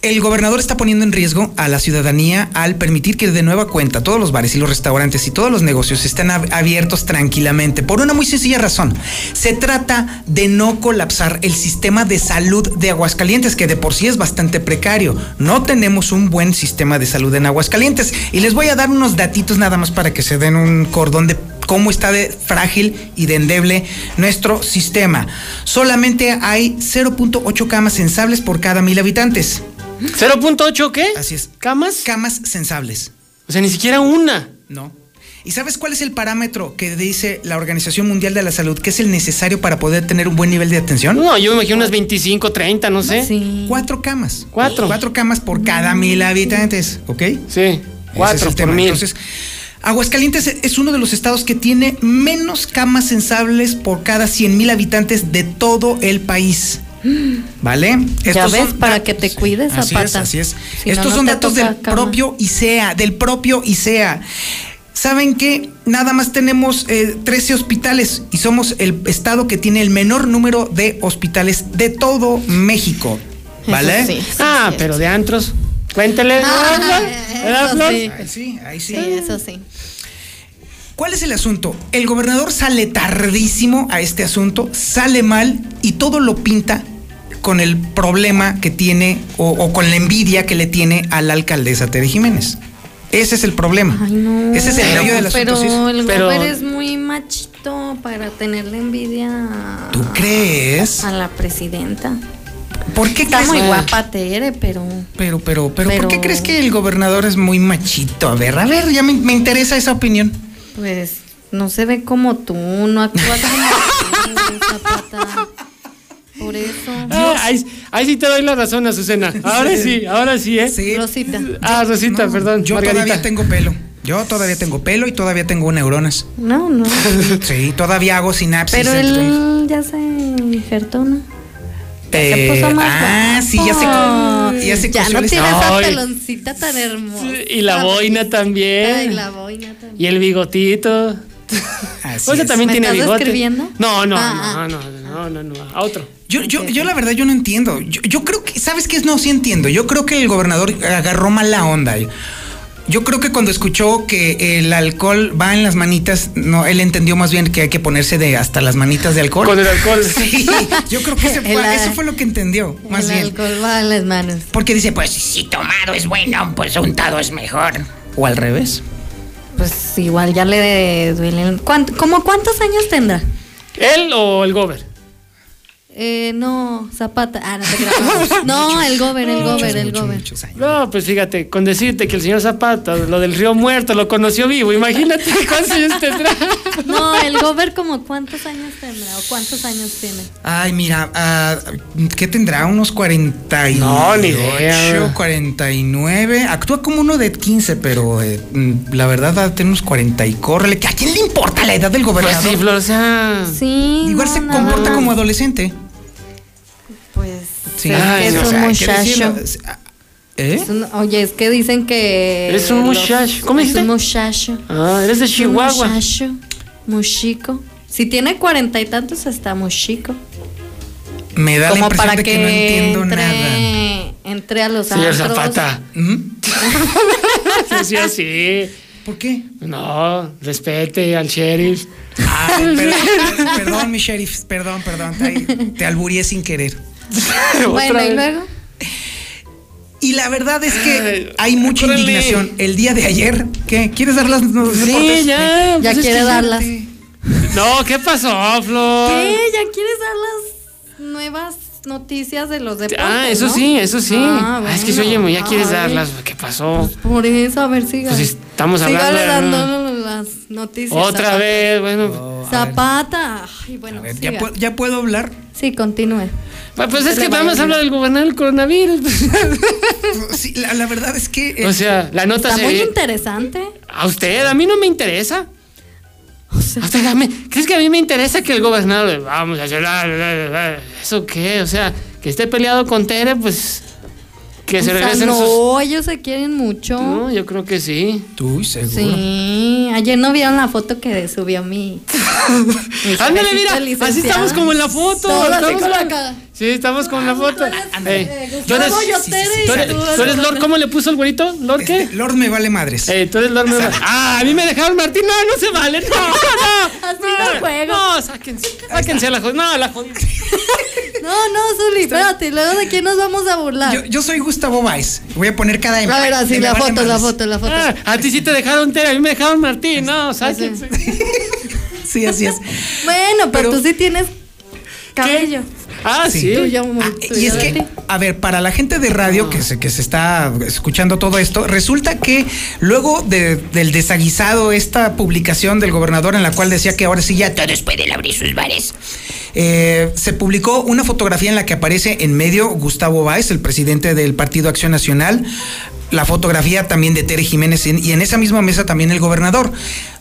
S4: el gobernador está poniendo en riesgo a la ciudadanía al permitir que de nueva cuenta todos los bares y los restaurantes y todos los negocios estén ab- abiertos tranquilamente por una muy sencilla razón. Se trata de no colapsar el sistema de salud de Aguascalientes que de por sí es bastante precario. No tenemos un buen sistema de salud en Aguascalientes y les voy a dar unos datitos nada más para que se den un cordón de cómo está de frágil y de endeble nuestro sistema. Solamente hay 0.8 camas sensables por cada mil habitantes.
S6: ¿0.8 qué?
S4: Así es.
S6: ¿Camas?
S4: Camas sensables.
S6: O sea, ni siquiera una.
S4: No. ¿Y sabes cuál es el parámetro que dice la Organización Mundial de la Salud que es el necesario para poder tener un buen nivel de atención?
S6: Ah, No, yo me imagino unas 25, 30, no sé. Sí.
S5: Sí.
S4: Cuatro camas.
S6: Cuatro.
S4: Cuatro camas por cada mil habitantes, ¿ok? Ese es el
S6: Cuatro por
S4: tema.
S6: mil.
S4: Entonces, Aguascalientes es uno de los estados que tiene menos camas sensables por cada 100 mil habitantes de todo el país. ¿Vale?
S5: ya ves,
S4: ¿eh? son
S5: para
S4: datos-
S5: que te cuides,
S4: Así
S5: Zapata.
S4: es, así es.
S5: Si no,
S4: Estos
S5: no
S4: son
S5: te
S4: datos
S5: toca
S4: E del
S5: cama.
S4: propio ICEA, del propio ICEA. E ¿Saben qué? nada más tenemos eh, 13 hospitales y somos el estado que tiene el menor número de hospitales de todo México. ¿Vale?
S6: Sí, ah, pero de antros. Cuéntele.
S5: Ah, eso
S4: ¿verdad,
S5: sí.
S4: Flor? Ahí sí, ahí sí.
S5: Sí, eso sí.
S4: ¿Cuál es el asunto? El gobernador sale tardísimo a este asunto, sale mal y todo lo pinta con el problema que tiene o, o con la envidia que le tiene a la alcaldesa Tere Jiménez. Ese es el problema.
S5: Ay, no.
S4: Ese es el medio del asunto.
S5: Pero
S4: sí.
S5: el
S6: Pero-
S5: Robert es muy machito para tenerle envidia a-
S4: ¿Tú crees?
S5: a la presidenta.
S4: ¿Por qué
S5: Está
S4: crees?
S5: muy guapa Tere, pero
S4: Pero, pero, pero, ¿por
S5: Pero-
S4: qué crees que el gobernador es muy machito? A ver, a ver, ya me, me interesa esa opinión.
S5: pues no se ve como tú, no actúa como tú, Zapata. Por eso.
S6: Ah, ahí, ahí sí te doy la razón, Azucena. Ahora sí, ahora sí, ¿eh?
S4: Sí.
S5: Rosita.
S6: Ah, Rosita, perdón.
S4: Yo
S6: Margarita.
S4: todavía tengo pelo. Yo todavía tengo pelo y todavía tengo neuronas.
S5: No, no.
S4: Sí, todavía hago sinapsis.
S5: Pero
S4: entre-
S5: él ya se injertó, ¿no?
S4: Eh,
S5: se puso más
S4: ah,
S5: guapo.
S4: sí, ya se ya se
S5: Ya
S4: cosió
S5: no
S4: el-
S5: tiene esa
S6: Ay.
S5: peloncita tan hermosa.
S6: Y la boina también.
S5: Ah, Ay, la boina también.
S6: Y el bigotito.
S4: Así
S6: O sea,
S4: es.
S6: también
S5: ¿Me
S6: tiene
S5: estás
S6: bigote.
S5: describiendo?
S6: No, no,
S5: Ah,
S6: no, no, no, no, no. A otro.
S4: Yo, yo, yo la verdad yo no entiendo. Yo, yo creo que, ¿sabes qué? No, sí entiendo. Yo creo que el gobernador agarró mala onda. Yo creo que cuando escuchó que el alcohol va en las manitas, no, él entendió más bien que hay que ponerse de hasta las manitas de alcohol.
S6: Con el alcohol.
S4: Sí, yo creo que ese fue-
S5: El,
S4: eso fue lo que entendió, más
S5: el
S4: bien.
S5: alcohol va en las manos.
S4: Porque dice, pues,
S31: Si tomado es bueno, pues untado es mejor.
S4: o al revés.
S5: Pues igual ya le duelen. ¿Cuánto- ¿Cómo cuántos años tendrá?
S6: ¿Él o el gober?
S5: Eh, no, Zapata. Ah, no te creas. No, el gober, el gober, el gober.
S4: Muchos años.
S6: No, pues fíjate, con decirte que el señor Zapata, lo del río muerto, lo conoció vivo. Imagínate cuántos años tendrá.
S5: No, el gober como cuántos años tendrá o cuántos años tiene.
S4: Ay, mira, ah, ¿qué tendrá? ¿Unos 48?
S6: No, ni idea.
S4: 49. Actúa como uno de 15, pero eh, mm, la verdad da tener unos 40 y córrele. ¿A quién le importa la edad del
S6: Pues
S4: gobernador?
S6: sí, Flor, o sea,
S5: Sí.
S4: Igual
S5: no,
S4: se
S5: nada
S4: comporta
S5: más.
S4: como adolescente.
S5: Pues.
S4: Sí.
S5: es que
S6: Ay,
S5: es
S6: no,
S5: un
S6: o sea,
S4: hay que
S5: muchacho.
S4: decirlo.
S6: ah,
S4: ¿Eh?
S5: Es un- oye, es que dicen que.
S6: Es un
S5: los-
S6: muchacho. ¿Cómo
S5: Es
S6: dijiste?
S5: un muchacho.
S6: Ah, eres de
S5: Un
S6: Chihuahua.
S5: muchacho. Muchico. Si tiene cuarenta y tantos, está muy chico.
S4: Me da la
S5: Como
S4: impresión
S5: para
S4: de
S5: que,
S4: que, no entiendo
S5: entre,
S4: nada.
S5: entre a los
S6: Señor
S5: antros.
S6: Zapata.
S4: ¿Mm?
S6: Sí, sí, así.
S4: ¿Por qué?
S6: No, respete al sheriff.
S4: Ay, perdón, perdón, mi sheriff, perdón, perdón. Te, te alburié sin querer.
S5: Bueno,
S6: Otra
S5: y
S6: vez.
S5: luego.
S4: Y la verdad es que
S6: Ay,
S4: hay mucha
S6: córrele.
S4: indignación. El día de ayer, ¿qué? ¿Quieres dar las no- los
S6: Sí,
S4: reportes?
S5: Ya
S6: ya. pues es
S5: quiere
S6: que-
S5: darlas.
S6: No, ¿qué pasó, Flor?
S5: ¿Qué? ¿Ya quieres dar las nuevas noticias de los deportes?
S6: Ah, eso
S5: no?
S6: sí, eso sí.
S5: Ah,
S6: Ah, es que se
S5: bueno.
S6: oye, muy- ya quieres
S5: Ay,
S6: darlas. ¿Qué pasó?
S5: Por eso, a ver, siga.
S6: Pues estamos hablando de-
S5: Sígale dando las noticias.
S6: Otra
S5: Zapata.
S6: vez, bueno.
S5: Zapata. Ay, bueno,
S4: A ver,
S5: siga.
S4: ¿ya, puedo, ya puedo hablar.
S5: Sí, continúe.
S6: Pues, pues es que
S5: Pero
S6: vamos
S5: bueno.
S6: a hablar del gobernador del coronavirus.
S4: Sí, la, la verdad es que. eh,
S6: o sea, la nota
S5: Está
S6: se.
S5: muy interesante.
S6: a usted, a mí no me interesa.
S5: O sea,
S6: O sea, a mí- ¿Crees que a mí me interesa que el gobernador. Vamos a hacer. la- la- la- ¿Eso qué? O sea, que esté peleado con Tere, pues. Que se
S5: o sea,
S6: regresen
S5: no,
S6: sus.
S5: ellos se quieren mucho.
S6: No, yo creo que sí.
S4: Tú, seguro.
S5: Sí, ayer no vieron la foto que subió mi. mi
S6: Ándale,
S5: jefecito
S6: mira, así
S5: licenciado.
S6: estamos como en la foto.
S5: Todos así
S6: estamos
S5: con la
S6: en-
S5: cara.
S6: Sí, estamos como en la foto.
S5: Ándale,
S6: Eh,
S5: Gustavo,
S6: tú eres-
S5: yo Tere y
S6: tú eres-
S5: tú
S6: tú eres Lord, ¿cómo le puso el güerito? ¿Lord qué?
S4: Este, Lord me vale madres.
S6: Eh, tú eres Lord Memo. Ah, a mí me dejaron Martín. No, no se vale. No, no. Ah,
S5: Así no juego.
S6: No, sáquense. Sáquense a la jodida. No, la jodida.
S5: No, no, Zuli, espérate, luego de quién nos vamos a burlar.
S4: Yo, yo soy Gustavo Valls. Voy a poner cada em-
S5: a ver, así,
S4: Me
S5: la
S4: vale
S5: foto, la
S4: madres.
S5: foto, la foto.
S6: Ah, a ti sí te dejaron Tere, a mí me dejaron Martín. No, sáquense.
S4: Sí, así es.
S5: Bueno,
S4: Pero-
S5: pero, tú sí tienes cabello.
S6: Ah,
S4: Sí.
S6: sí.
S5: Tuyo, muy
S4: Ah,
S5: tuyo
S4: y es
S5: de ti.
S4: que, a ver, para la gente de radio que se, que se está escuchando todo esto, resulta que luego de- del desaguisado, esta publicación del gobernador en la cual decía que ahora sí ya
S31: Todos pueden abrir sus bares.
S4: Eh, se publicó una fotografía en la que aparece en medio Gustavo Báez, el presidente del Partido Acción Nacional, la fotografía también de Tere Jiménez en- y en esa misma mesa también el gobernador.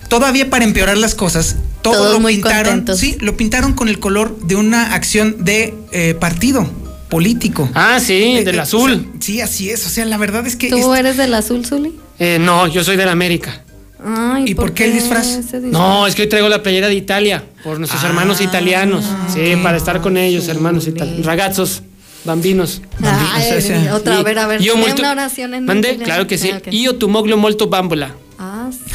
S4: Todavía para empeorar las cosas, todo
S5: Todos
S4: lo
S5: muy
S4: pintaron,
S5: contentos.
S4: sí, lo pintaron con el color de una acción de eh, partido político.
S6: Ah, sí, del
S4: Eh, eh, o
S6: azul.
S4: sea, sí, así es. O sea, la verdad es que
S5: ¿Tú
S4: este-
S5: eres del azul, Zuli?
S6: Eh, no, yo soy del América.
S5: Ay,
S4: ¿Y por, qué el disfraz?
S5: ese disfraz?
S6: No, es que hoy traigo la playera de Italia, por nuestros hermanos italianos. Sí, para estar con ellos, hermanos italianos. Ragazos, bambinos.
S5: Ah, Ay,
S6: O sea,
S5: otra, a ver, a ver.
S6: io
S5: ¿tiene
S6: molto-
S5: una oración en
S6: Mande,
S5: italiano?
S6: claro que sí.
S5: Ah, ok.
S6: Io tu moglo molto bambola.
S5: Ah, sí.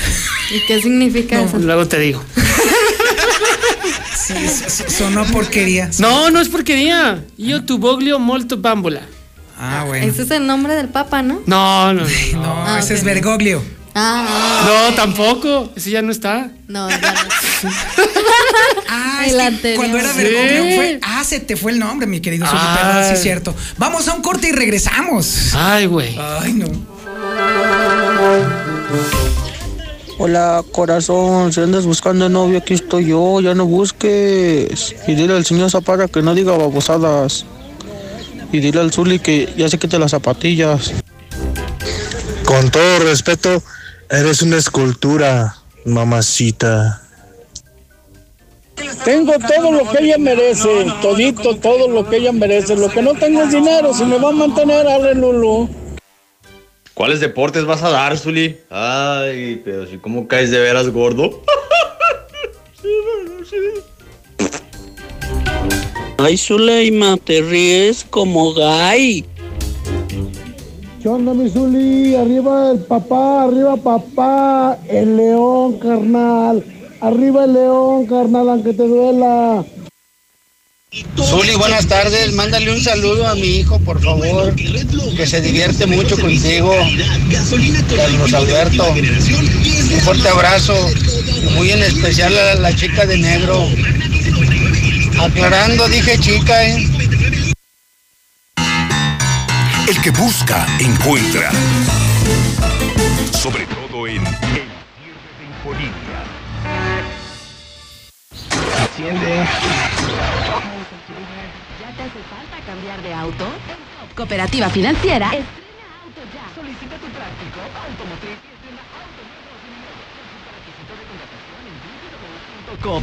S5: ¿Y qué significa eso?
S6: Luego te digo.
S4: Sonó porquería.
S6: No, no es porquería. Io tu voglio molto bambola.
S4: Ah, bueno.
S5: Ese es el nombre del Papa, ¿no?
S6: No, no, no.
S4: No, ese es Bergoglio.
S5: Ah,
S6: No, tampoco. Ese ya no está.
S5: no, ya no.
S4: Ah,
S5: El
S4: es que
S5: anterior.
S4: cuando era
S5: Sí.
S4: Bergoglio fue. Ah, se te fue el nombre, mi querido Zuli,
S6: Ay.
S4: perdón, sí
S32: Ah.
S4: es cierto. Vamos a un corte y regresamos.
S6: Ay, güey.
S4: Ay, no.
S2: Hola corazón, si andas buscando novio, aquí estoy yo, ya no busques. Y dile al señor Zapata que no diga babosadas. Y dile al Zuli que ya se quite las zapatillas.
S11: Con todo respeto, eres una escultura, mamacita.
S33: Tengo todo lo que ella merece, todito, todo lo que ella merece. Lo que no tengo es dinero, si me va a mantener, ale Lulu.
S13: ¿Cuáles deportes vas a dar, Zuli? Ay, pero si cómo caes de veras gordo.
S7: Ay, Zuleima, te ríes como gay.
S33: ¿Qué onda, mi Zuli? Arriba el papá, arriba papá, el león, carnal. Arriba el león, carnal, aunque te duela.
S34: Zuli, buenas tardes. Mándale un saludo a mi hijo, por favor, que se divierte mucho contigo. Carlos Alberto, un fuerte abrazo, muy en especial a la chica de negro. Aclarando, dije chica, ¿eh?
S1: El que busca, encuentra. Sobre todo en
S7: cambiar de auto?
S13: Cooperativa Financiera.
S7: Solicita tu práctico automotriz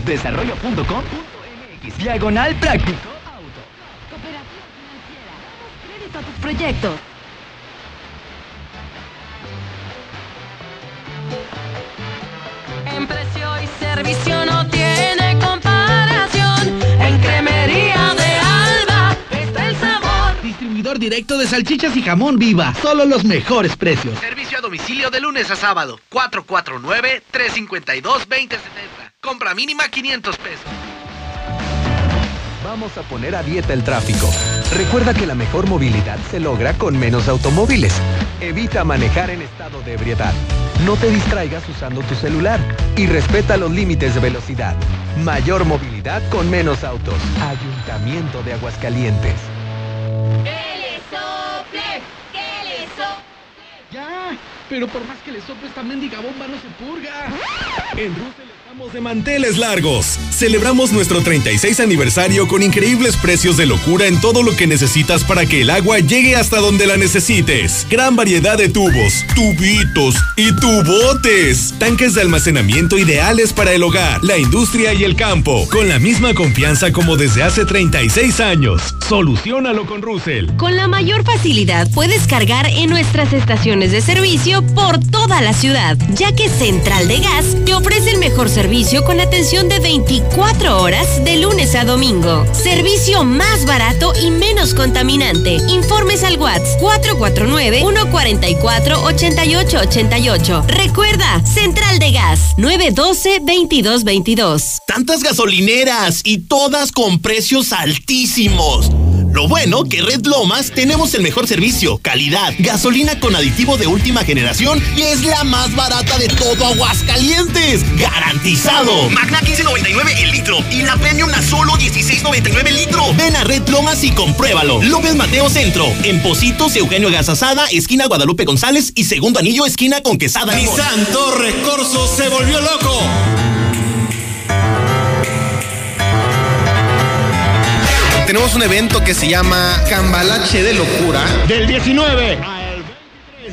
S34: Copdesarrollo.com.mx Diagonal práctico.
S7: crédito a tus proyectos.
S30: En precio y servicio no tiene comparación. En cremería de Alba está el sabor.
S35: Distribuidor directo de salchichas y jamón viva. Solo los mejores precios.
S34: Servicio a domicilio de lunes a sábado. 449-352-2070. Compra mínima 500 pesos.
S26: Vamos a poner a dieta el tráfico. Recuerda que la mejor movilidad se logra con menos automóviles. Evita manejar en estado de ebriedad. No te distraigas usando tu celular y respeta los límites de velocidad. Mayor movilidad con menos autos. Ayuntamiento de Aguascalientes.
S34: Ya, pero por más que le sople esta mendiga bomba no se purga.
S11: En Russell
S34: estamos
S11: de
S17: Manteles Largos. Celebramos nuestro 36 aniversario con increíbles precios de locura en todo lo que necesitas para que el agua llegue hasta donde la necesites. Gran variedad de tubos, tubitos y tubotes. Tanques de almacenamiento ideales para el hogar, la industria y el campo. Con la misma confianza como desde hace 36 años. Solucionalo con Russell.
S27: Con la mayor facilidad puedes cargar en nuestras estaciones de servicio por toda la ciudad, ya que Central de Gas te ofrece el mejor servicio con atención de 24 horas de lunes a domingo. Servicio más barato y menos contaminante. Informes al WhatsApp 449-144-8888. Recuerda, Central de Gas 912-2222.
S10: Tantas gasolineras y todas con precios altísimos. Lo bueno que Red Lomas tenemos el mejor servicio, calidad, gasolina con aditivo de última generación y es la más barata de todo Aguascalientes. ¡Garantizado!
S36: Magna 15.99 el litro y la Premium a solo 16.99 el litro.
S10: Ven a Red Lomas y compruébalo. López Mateo Centro, en Positos, Eugenio Gasasada, esquina Guadalupe González y segundo anillo, esquina con Quesada. Limón.
S37: Nissan Torres Corso se volvió loco.
S26: Tenemos un evento que se llama Cambalache de Locura. Del 19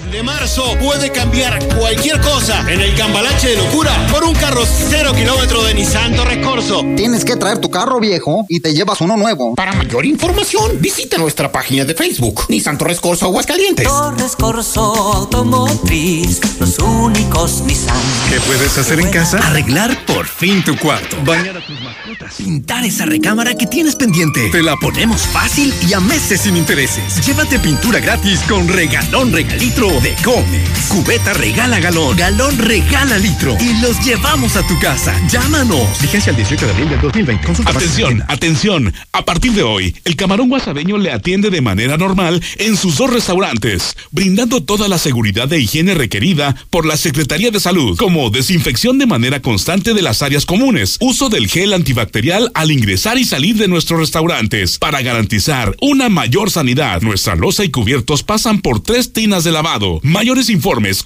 S38: de marzo puede cambiar cualquier cosa en el cambalache de locura por un carro cero kilómetro de Nissan Torres Corso.
S4: Tienes que traer tu carro viejo y te llevas uno nuevo.
S32: Para mayor información, visita nuestra página de Facebook, Nissan Torres Corso Aguascalientes.
S13: Torres Corso Automotriz, los únicos Nissan.
S39: ¿Qué puedes hacer en casa?
S17: Arreglar por fin tu cuarto.
S40: Bañar a tus mascotas.
S17: Pintar esa recámara que tienes pendiente.
S40: Te la ponemos fácil y a meses sin intereses.
S17: Llévate pintura gratis con regalón regalitro de Comex. Cubeta regala galón, galón regala litro y los llevamos a tu casa. Llámanos.
S41: Vigencia el 18 de abril del 2020. Consulta
S11: atención, atención. A partir de hoy, el camarón guasabeño le atiende de manera normal en sus dos restaurantes, brindando toda la seguridad e higiene requerida por la Secretaría de Salud, como desinfección de manera constante de las áreas comunes, uso del gel antibacterial al ingresar y salir de nuestros restaurantes, para garantizar una mayor sanidad. Nuestra losa y cubiertos pasan por tres tinas de lavado. Mayores informes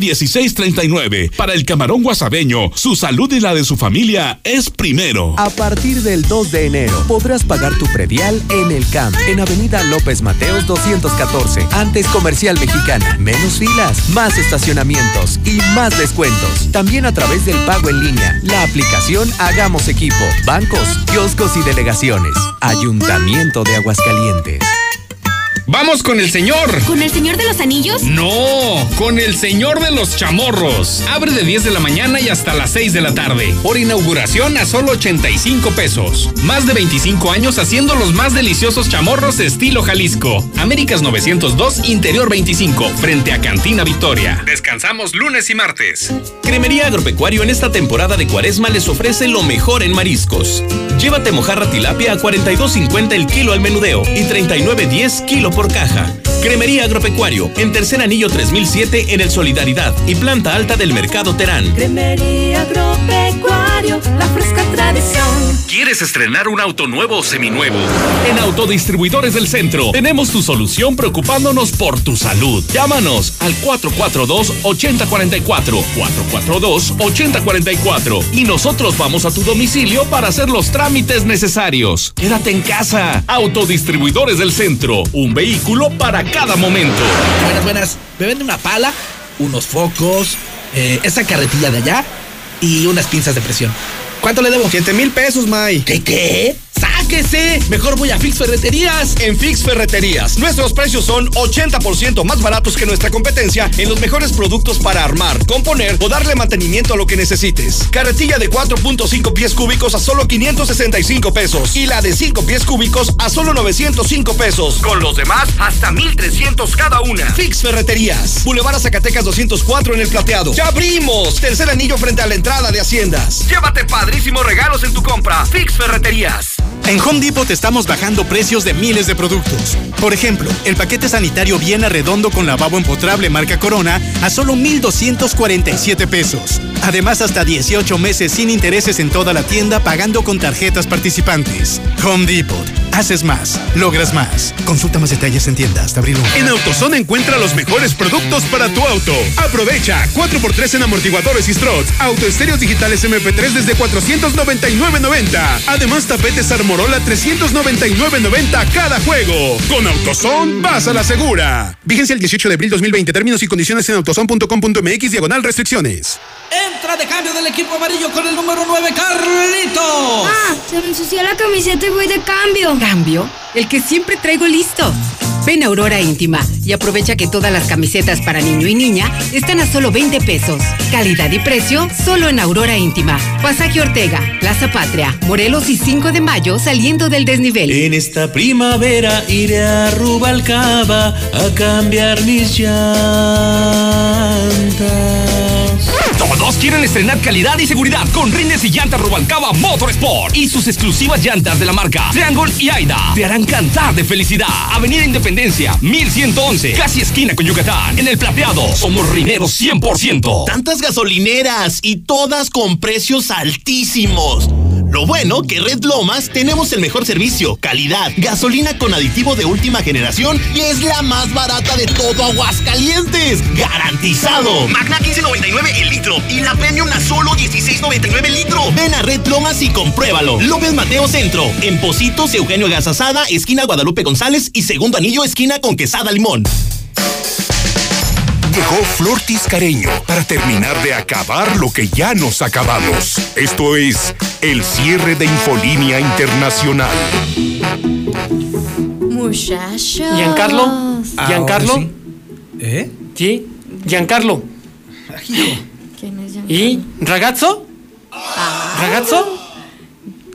S11: 449-387-1639. Para el camarón guasabeño, su salud y la de su familia es primero.
S26: A partir del 2 de enero podrás pagar tu predial en el CAMP, en Avenida López Mateos 214, antes Comercial Mexicana. Menos filas, más estacionamientos y más descuentos. También a través del pago en línea, la aplicación Hagamos Equipo, bancos, kioscos y delegaciones. Ayuntamiento de Aguascalientes.
S33: Vamos con el señor.
S27: ¿Con el señor de los anillos?
S33: No, con el señor de los chamorros. Abre de 10 de la mañana y hasta las 6 de la tarde. Por inauguración a solo 85 pesos. Más de 25 años haciendo los más deliciosos chamorros estilo Jalisco. Américas 902, Interior 25, frente a Cantina Victoria.
S11: Descansamos lunes y martes.
S33: Cremería Agropecuario en esta temporada de cuaresma les ofrece lo mejor en mariscos. Llévate mojarra tilapia a 42.50 el kilo al menudeo y 39.10 kilo por caja. Cremería Agropecuario, en Tercer Anillo 3007 en el Solidaridad y planta alta del Mercado Terán.
S42: Cremería Agropecuario, la fresca tradición.
S11: ¿Quieres estrenar un auto nuevo o seminuevo?
S33: En Autodistribuidores del Centro tenemos tu solución preocupándonos por tu salud. Llámanos al 442-8044, 442-8044 y nosotros vamos a tu domicilio para hacer los trámites necesarios. Quédate en casa. Autodistribuidores del Centro, un vehículo para cada momento.
S21: Buenas, buenas. Me vende una pala, unos focos, eh, esa carretilla de allá y unas pinzas de presión. ¿Cuánto le debo?
S32: Siete mil pesos, May.
S21: ¿Qué qué? ¿Eh? ¡Sáquese! Mejor voy a Fix Ferreterías.
S11: En Fix Ferreterías, nuestros precios son 80% más baratos que nuestra competencia en los mejores productos para armar, componer o darle mantenimiento a lo que necesites. Carretilla de 4.5 pies cúbicos a solo 565 pesos y la de 5 pies cúbicos a solo 905 pesos. Con los demás, hasta 1,300 cada una. Fix Ferreterías, Boulevard Zacatecas 204 en El Plateado. ¡Ya abrimos! Tercer anillo frente a la entrada de Haciendas. Llévate padrísimos regalos en tu compra. Fix Ferreterías.
S33: En Home Depot te estamos bajando precios de miles de productos. Por ejemplo, el paquete sanitario Viena Redondo con lavabo empotrable marca Corona a solo 1,247 pesos. Además, hasta 18 meses sin intereses en toda la tienda pagando con tarjetas participantes. Home Depot. Haces más, logras más. Consulta más detalles en tienda hasta abril 1.
S11: En AutoZone encuentra los mejores productos para tu auto. Aprovecha 4x3 en amortiguadores y struts, autoestéreos digitales MP3 desde 499.90. Además, tapetes armonizados Morola 399.90 cada juego. Con Autoson vas a la segura. Vigencia el 18 de abril 2020. Términos y condiciones en autoson.com.mx diagonal restricciones.
S21: Entra de cambio del equipo amarillo con el número 9, Carlitos.
S43: Ah, se me ensució la camiseta y voy de cambio.
S7: ¿Cambio? El que siempre traigo listo. Ven a Aurora Íntima y aprovecha que todas las camisetas para niño y niña están a solo 20 pesos. Calidad y precio solo en Aurora Íntima. Pasaje Ortega, Plaza Patria, Morelos y 5 de mayo saliendo del desnivel.
S2: En esta primavera iré a Rubalcaba a cambiar mis llantas.
S33: Todos quieren estrenar calidad y seguridad con rines y llantas Rubalcaba Motorsport y sus exclusivas llantas de la marca Triangle y Aida. Te harán cantar de felicidad. Avenida Independencia. 1111, casi esquina con Yucatán, en el plateado. Somos rineros 100%.
S10: Tantas gasolineras y todas con precios altísimos. Lo bueno que Red Lomas tenemos el mejor servicio, calidad, gasolina con aditivo de última generación y es la más barata de todo Aguascalientes. Garantizado.
S44: Magna 15.99 el litro y la Premium a solo 16.99 el litro.
S10: Ven a Red Lomas y compruébalo. López Mateo Centro, en Positos, Eugenio Gazazada, esquina Guadalupe González y segundo anillo esquina con quesada limón.
S1: Llegó Flortis Careño para terminar de acabar lo que ya nos acabamos. Esto es el cierre de Infolínea Internacional.
S5: Muchachos.
S6: Giancarlo. Giancarlo.
S5: Ah, sí.
S6: ¿Eh? Sí. Giancarlo.
S5: ¿Quién es Giancarlo? Ah.
S6: ¿Y ragazzo? ¿Ragazzo?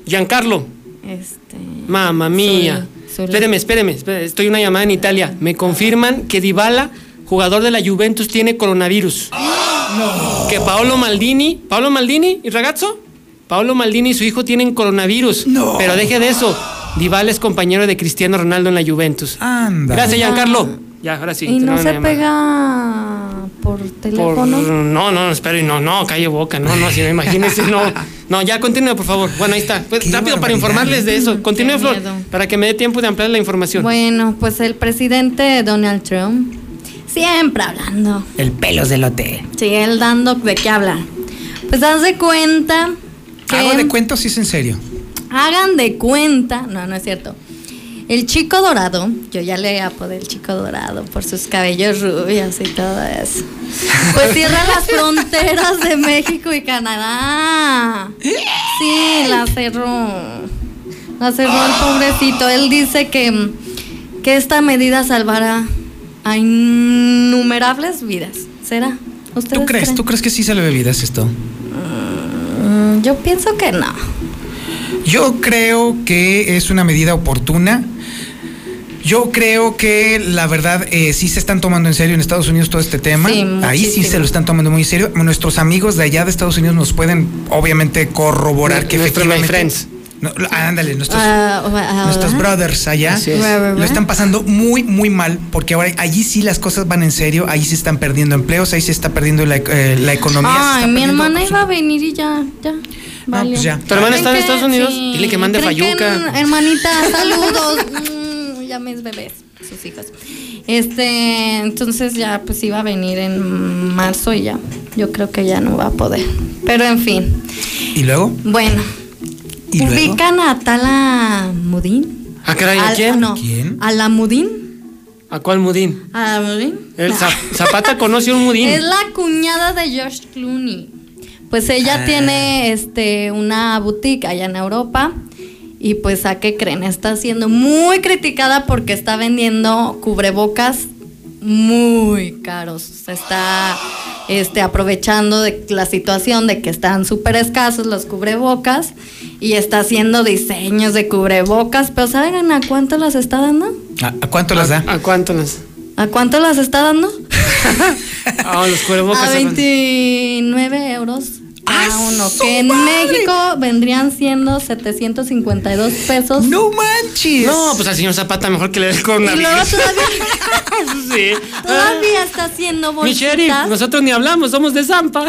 S6: Giancarlo.
S5: Este.
S6: Mamma mía.
S5: Sola.
S6: Espéreme, espéreme, espéreme. Estoy una llamada en Italia. Me confirman que Dybala, jugador de la Juventus, tiene coronavirus. Que Paolo Maldini, Paolo Maldini y ragazzo, Paolo Maldini y su hijo tienen coronavirus. No. Pero deje de eso. Dybala es compañero de Cristiano Ronaldo en la Juventus. Anda. Gracias,
S5: Ya.
S6: Giancarlo. Ya, ahora sí.
S5: Ah. y no
S6: tenemos
S5: se
S6: una llamada.
S5: pega por
S6: Por-
S5: teléfono.
S6: No, no, espero y no, no, calle boca, no, no, si no, imagínese, no. No, ya continúe, por favor. Bueno, ahí está. Pues, rápido para informarles de eso. Continúe,
S5: Qué
S6: Flor,
S5: miedo.
S6: para que me dé tiempo de ampliar la información.
S5: Bueno, pues el presidente Donald Trump siempre hablando.
S6: El pelos del hotel.
S5: Sí, él dando de qué hablar. Pues haz de cuenta que
S6: Hago de cuento si es en serio.
S5: hagan de cuenta. No, no es cierto. El chico dorado, yo ya le apodé el chico dorado por sus cabellos rubios y todo eso. Pues cierra las fronteras de México y Canadá. Sí, la cerró. La cerró el pobrecito. Él dice que, que esta medida salvará a innumerables vidas. ¿Será? ¿Ustedes
S6: ¿Tú crees?
S5: creen?
S6: ¿Tú crees que sí sale bebidas esto?
S5: Mm, Yo pienso que no.
S6: Yo creo que es una medida oportuna. Yo creo que la verdad eh, sí se están tomando en serio en Estados Unidos todo este tema.
S5: Sí,
S6: Ahí sí
S5: muchísimo.
S6: se lo están tomando muy en serio. Nuestros amigos de allá de Estados Unidos nos pueden obviamente corroborar que
S4: Nuestros my
S6: efectivamente... No, lo- ándale, nuestros,
S5: Ah, ah,
S6: nuestros
S5: ah.
S6: brothers allá
S5: Así es. Ra, ra, ra.
S6: lo están pasando muy, muy mal porque ahora allí sí las cosas van en serio, ahí se están perdiendo empleos, ahí se está perdiendo la, eh, la economía. se está
S5: Ay, mi
S6: perdiendo-
S5: hermana iba a venir y ya, ya. valió.
S6: pues ya.
S5: ¿Creen
S6: ¿Tu hermana está en
S5: que-
S6: Estados Unidos? Dile que mande
S5: ¿Creen que
S6: fayuca.
S5: en- hermanita, saludos. Mm, ya mis bebés, sus hijos. Este, entonces ya pues iba a venir en marzo y ya. Yo creo que ya no va a poder. Pero en fin.
S6: ¿Y luego?
S5: Bueno,
S6: ¿Y luego?
S5: ubican a Talamudín.
S6: Ah, caray, ¿a
S5: Al-
S6: quién?
S5: No,
S6: ¿Quién?
S5: Alamudín.
S6: ¿A cuál mudín?
S5: Alamudín.
S6: El Za- Zapata conoce un mudín.
S5: Es la cuñada de George Clooney. Pues ella
S6: Ah.
S5: tiene este una boutique allá en Europa. Y pues a qué creen, está siendo muy criticada porque está vendiendo cubrebocas muy caros. Se está este, aprovechando de la situación de que están súper escasos los cubrebocas y está haciendo diseños de cubrebocas. Pero ¿saben a cuánto las está dando?
S6: ¿A, a cuánto las da? ¿A cuánto las?
S5: ¿A cuánto las está dando?
S6: Ah, los
S5: A
S6: cuerbocas.
S5: 29 euros cada
S6: ¡Ah,
S5: uno, que en México vendrían siendo 752 pesos.
S6: ¡No manches!
S5: No,
S6: No, pues al señor Zapata mejor que le dé el
S5: y luego
S6: coronavirus.
S5: todavía,
S6: Sí.
S5: Ah.
S6: Ah,
S5: todavía está haciendo
S6: Mi sheriff,
S5: bolsitas.
S6: nosotros ni hablamos, somos de Zampa.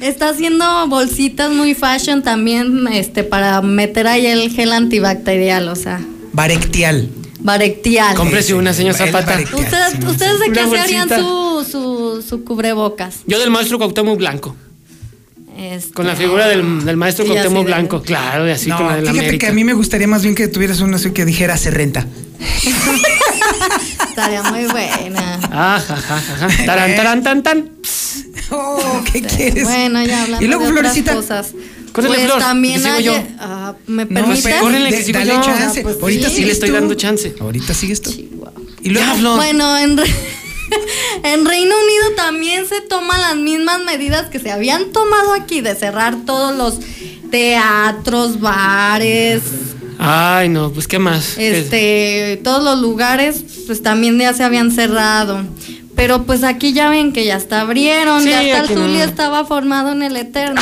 S5: Está haciendo bolsitas muy fashion también este para meter ahí el gel antibacterial, o sea,
S6: Barectial.
S5: barectial.
S6: Cómprese una, señor Zapata.
S5: ¿Ustedes, ¿ustedes de
S6: Una
S5: qué se harían
S6: bolsita.
S5: su, su, su cubrebocas?
S6: Yo del maestro Cuauhtémoc Blanco.
S5: Este,
S6: Con la figura del, del maestro
S5: Sí,
S6: Cuauhtémoc
S5: así de-
S6: Blanco. Claro, y así
S4: No,
S6: con la de la
S4: fíjate
S6: América.
S4: que a mí me gustaría más bien que tuvieras una así que dijera se renta.
S5: Estaría muy buena.
S6: Ah, ja, ja, ja, ja. Taran, taran, tan, tan.
S4: Oh, ¿qué
S5: quieres? Bueno, ya hablando
S4: Y luego,
S5: de otras
S4: Florecita.
S5: cosas.
S6: Córrele,
S5: pues
S6: Flor, que
S5: también
S6: sigo
S5: ayer-
S6: yo.
S5: Ah, ¿Me
S6: No,
S5: permites?
S6: pues, córrele, que sigo
S4: dale
S6: yo.
S4: chance.
S6: Ah, pues
S4: Ahorita
S6: sí,
S4: sigues
S6: le estoy
S4: tú.
S6: dando chance.
S4: Ahorita sigues tú.
S6: Y luego, Flor.
S5: Bueno, en, Re- en Reino Unido también se toman las mismas medidas que se habían tomado aquí de cerrar todos los teatros, bares,
S6: Ay, no, pues qué más.
S5: este, todos los lugares, pues también ya se habían cerrado. Pero pues aquí ya ven que ya hasta abrieron,
S6: Sí,
S5: ya hasta el
S6: aquí no.
S5: Zulia estaba formado en el Eterno.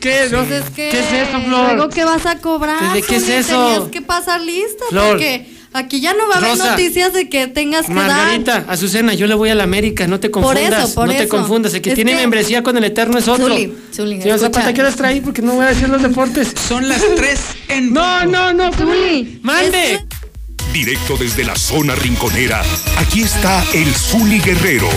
S6: ¿Qué, no?
S5: Pues es que,
S6: ¿Qué es eso, Flor?
S5: Luego que vas a cobrar.
S6: ¿De qué es
S5: Zuli,
S6: eso?
S5: Tenías que pasar lista
S6: Flor.
S5: porque aquí ya no va a haber
S6: Rosa.
S5: noticias de que tengas que dar.
S6: Margarita, Azucena, yo le voy a la América, no te
S5: Por eso,
S6: confundas.
S5: por
S6: no te
S5: eso.
S6: confundas. El que
S5: Es
S6: tiene
S5: que-
S6: membresía con el Eterno es otro.
S5: Zuli, Zuli,
S6: Señor
S5: escucha.
S6: Zapata, ¿qué horas trae? Porque no voy a decir los deportes. Son las tres en. No, no, no.
S5: Zuli,
S6: ¡Mande!
S5: es-
S1: Directo desde la zona rinconera, aquí está el Zuli Guerrero,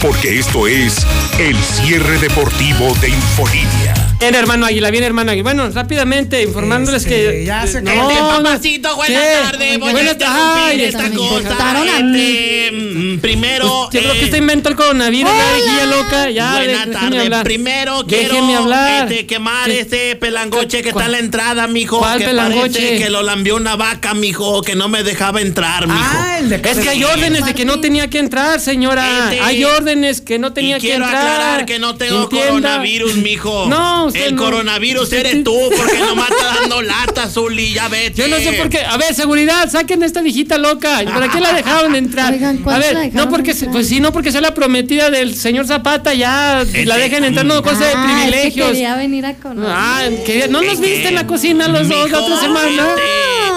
S1: porque esto es el cierre deportivo de Infolinia.
S6: Bien, hermano Águila, bien, hermano Águila. Bueno, rápidamente informándoles que. Ya se
S10: Este, papacito, buenas tardes. Voy a
S6: Buenas
S10: interrumpir
S6: tardes.
S10: esta
S6: Me
S10: cosa.
S6: cortaron a
S10: Este, mm, primero.
S6: Pues, Yo creo que
S10: eh,
S6: usted inventó el coronavirus, ya, guía loca. Ya,
S10: Buena
S6: déjeme
S10: tarde.
S6: hablar.
S10: Primero
S6: Déjeme
S10: quiero
S6: hablar.
S10: este, quemar
S6: ¿Qué?
S10: este pelangoche que está en la entrada, mijo.
S6: ¿Cuál
S10: que
S6: pelangoche?
S10: parece que lo lambió una vaca, mijo, que no me dejaba entrar, mijo.
S6: Es que hay órdenes de que no tenía que entrar, señora.
S10: Este-
S6: Hay órdenes que no tenía que
S10: Quiero
S6: entrar.
S10: aclarar que no tengo
S6: Entienda.
S10: coronavirus, mijo.
S6: No, usted
S10: El
S6: no.
S10: coronavirus
S6: Usted sí.
S10: eres tú, porque nomás está dando lata, Zuli, ya vete.
S6: Yo no sé por qué. A ver, seguridad, saquen a esta viejita loca. ¿Para qué la dejaron entrar? a
S10: ¿cuándo la
S6: ver,
S10: dejaron
S6: no porque se- pues sí, no porque sea la prometida del señor Zapata, ya la dejen entrar, no cosa de
S5: Ah, es que
S6: privilegios.
S5: quería venir a conocer.
S6: Ah, que no nos viste en la cocina los dos la otra semana.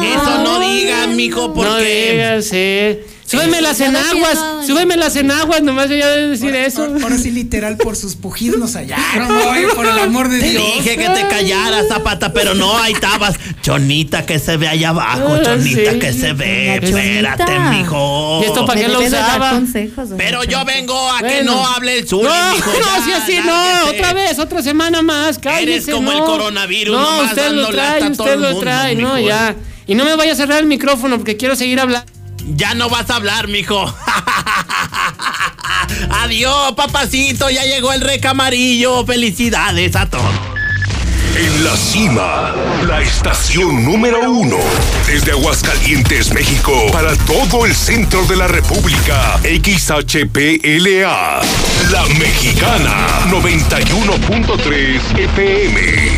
S10: Eso no digas, mijo, porque.
S6: No digas, sí. Súbeme las
S10: Yo no
S6: enaguas,
S10: quiero-
S6: súbeme las enaguas, nomás yo ya de decir eso.
S2: Ahora sí, literal, por sus pujidos nos hallaron, güey, eh, por el amor de
S10: Te
S2: Dios.
S10: dije que te callaras, Zapata, pero no, ahí estabas. Chonita que se ve allá abajo,
S6: Ah,
S10: chonita
S6: sí.
S10: que se ve. Espérate,
S6: Chonita.
S10: mijo.
S6: ¿Y esto para qué lo usaba?
S10: Pero yo vengo a que
S6: Bueno.
S10: no hable el sur,
S6: No,
S10: mijo.
S6: no,
S10: ya,
S6: si así no,
S10: lárguese.
S6: otra vez, otra semana más, cállese,
S10: Eres como el
S6: no.
S10: coronavirus,
S6: No,
S10: nomás
S6: usted lo
S10: dando
S6: trae,
S10: lata a todo
S6: usted
S10: el
S6: lo
S10: mundo,
S6: trae, no,
S10: mijo. ¿eh?
S6: ya. Y no me vaya a cerrar el micrófono porque quiero seguir hablando.
S10: Ya no vas a hablar, mijo. Adiós, papacito. Ya llegó el recamarillo. Felicidades a todos.
S1: En la cima, la estación número uno. Desde Aguascalientes, México, para todo el centro de la República. XHPLA. La Mexicana, 91.3 FM.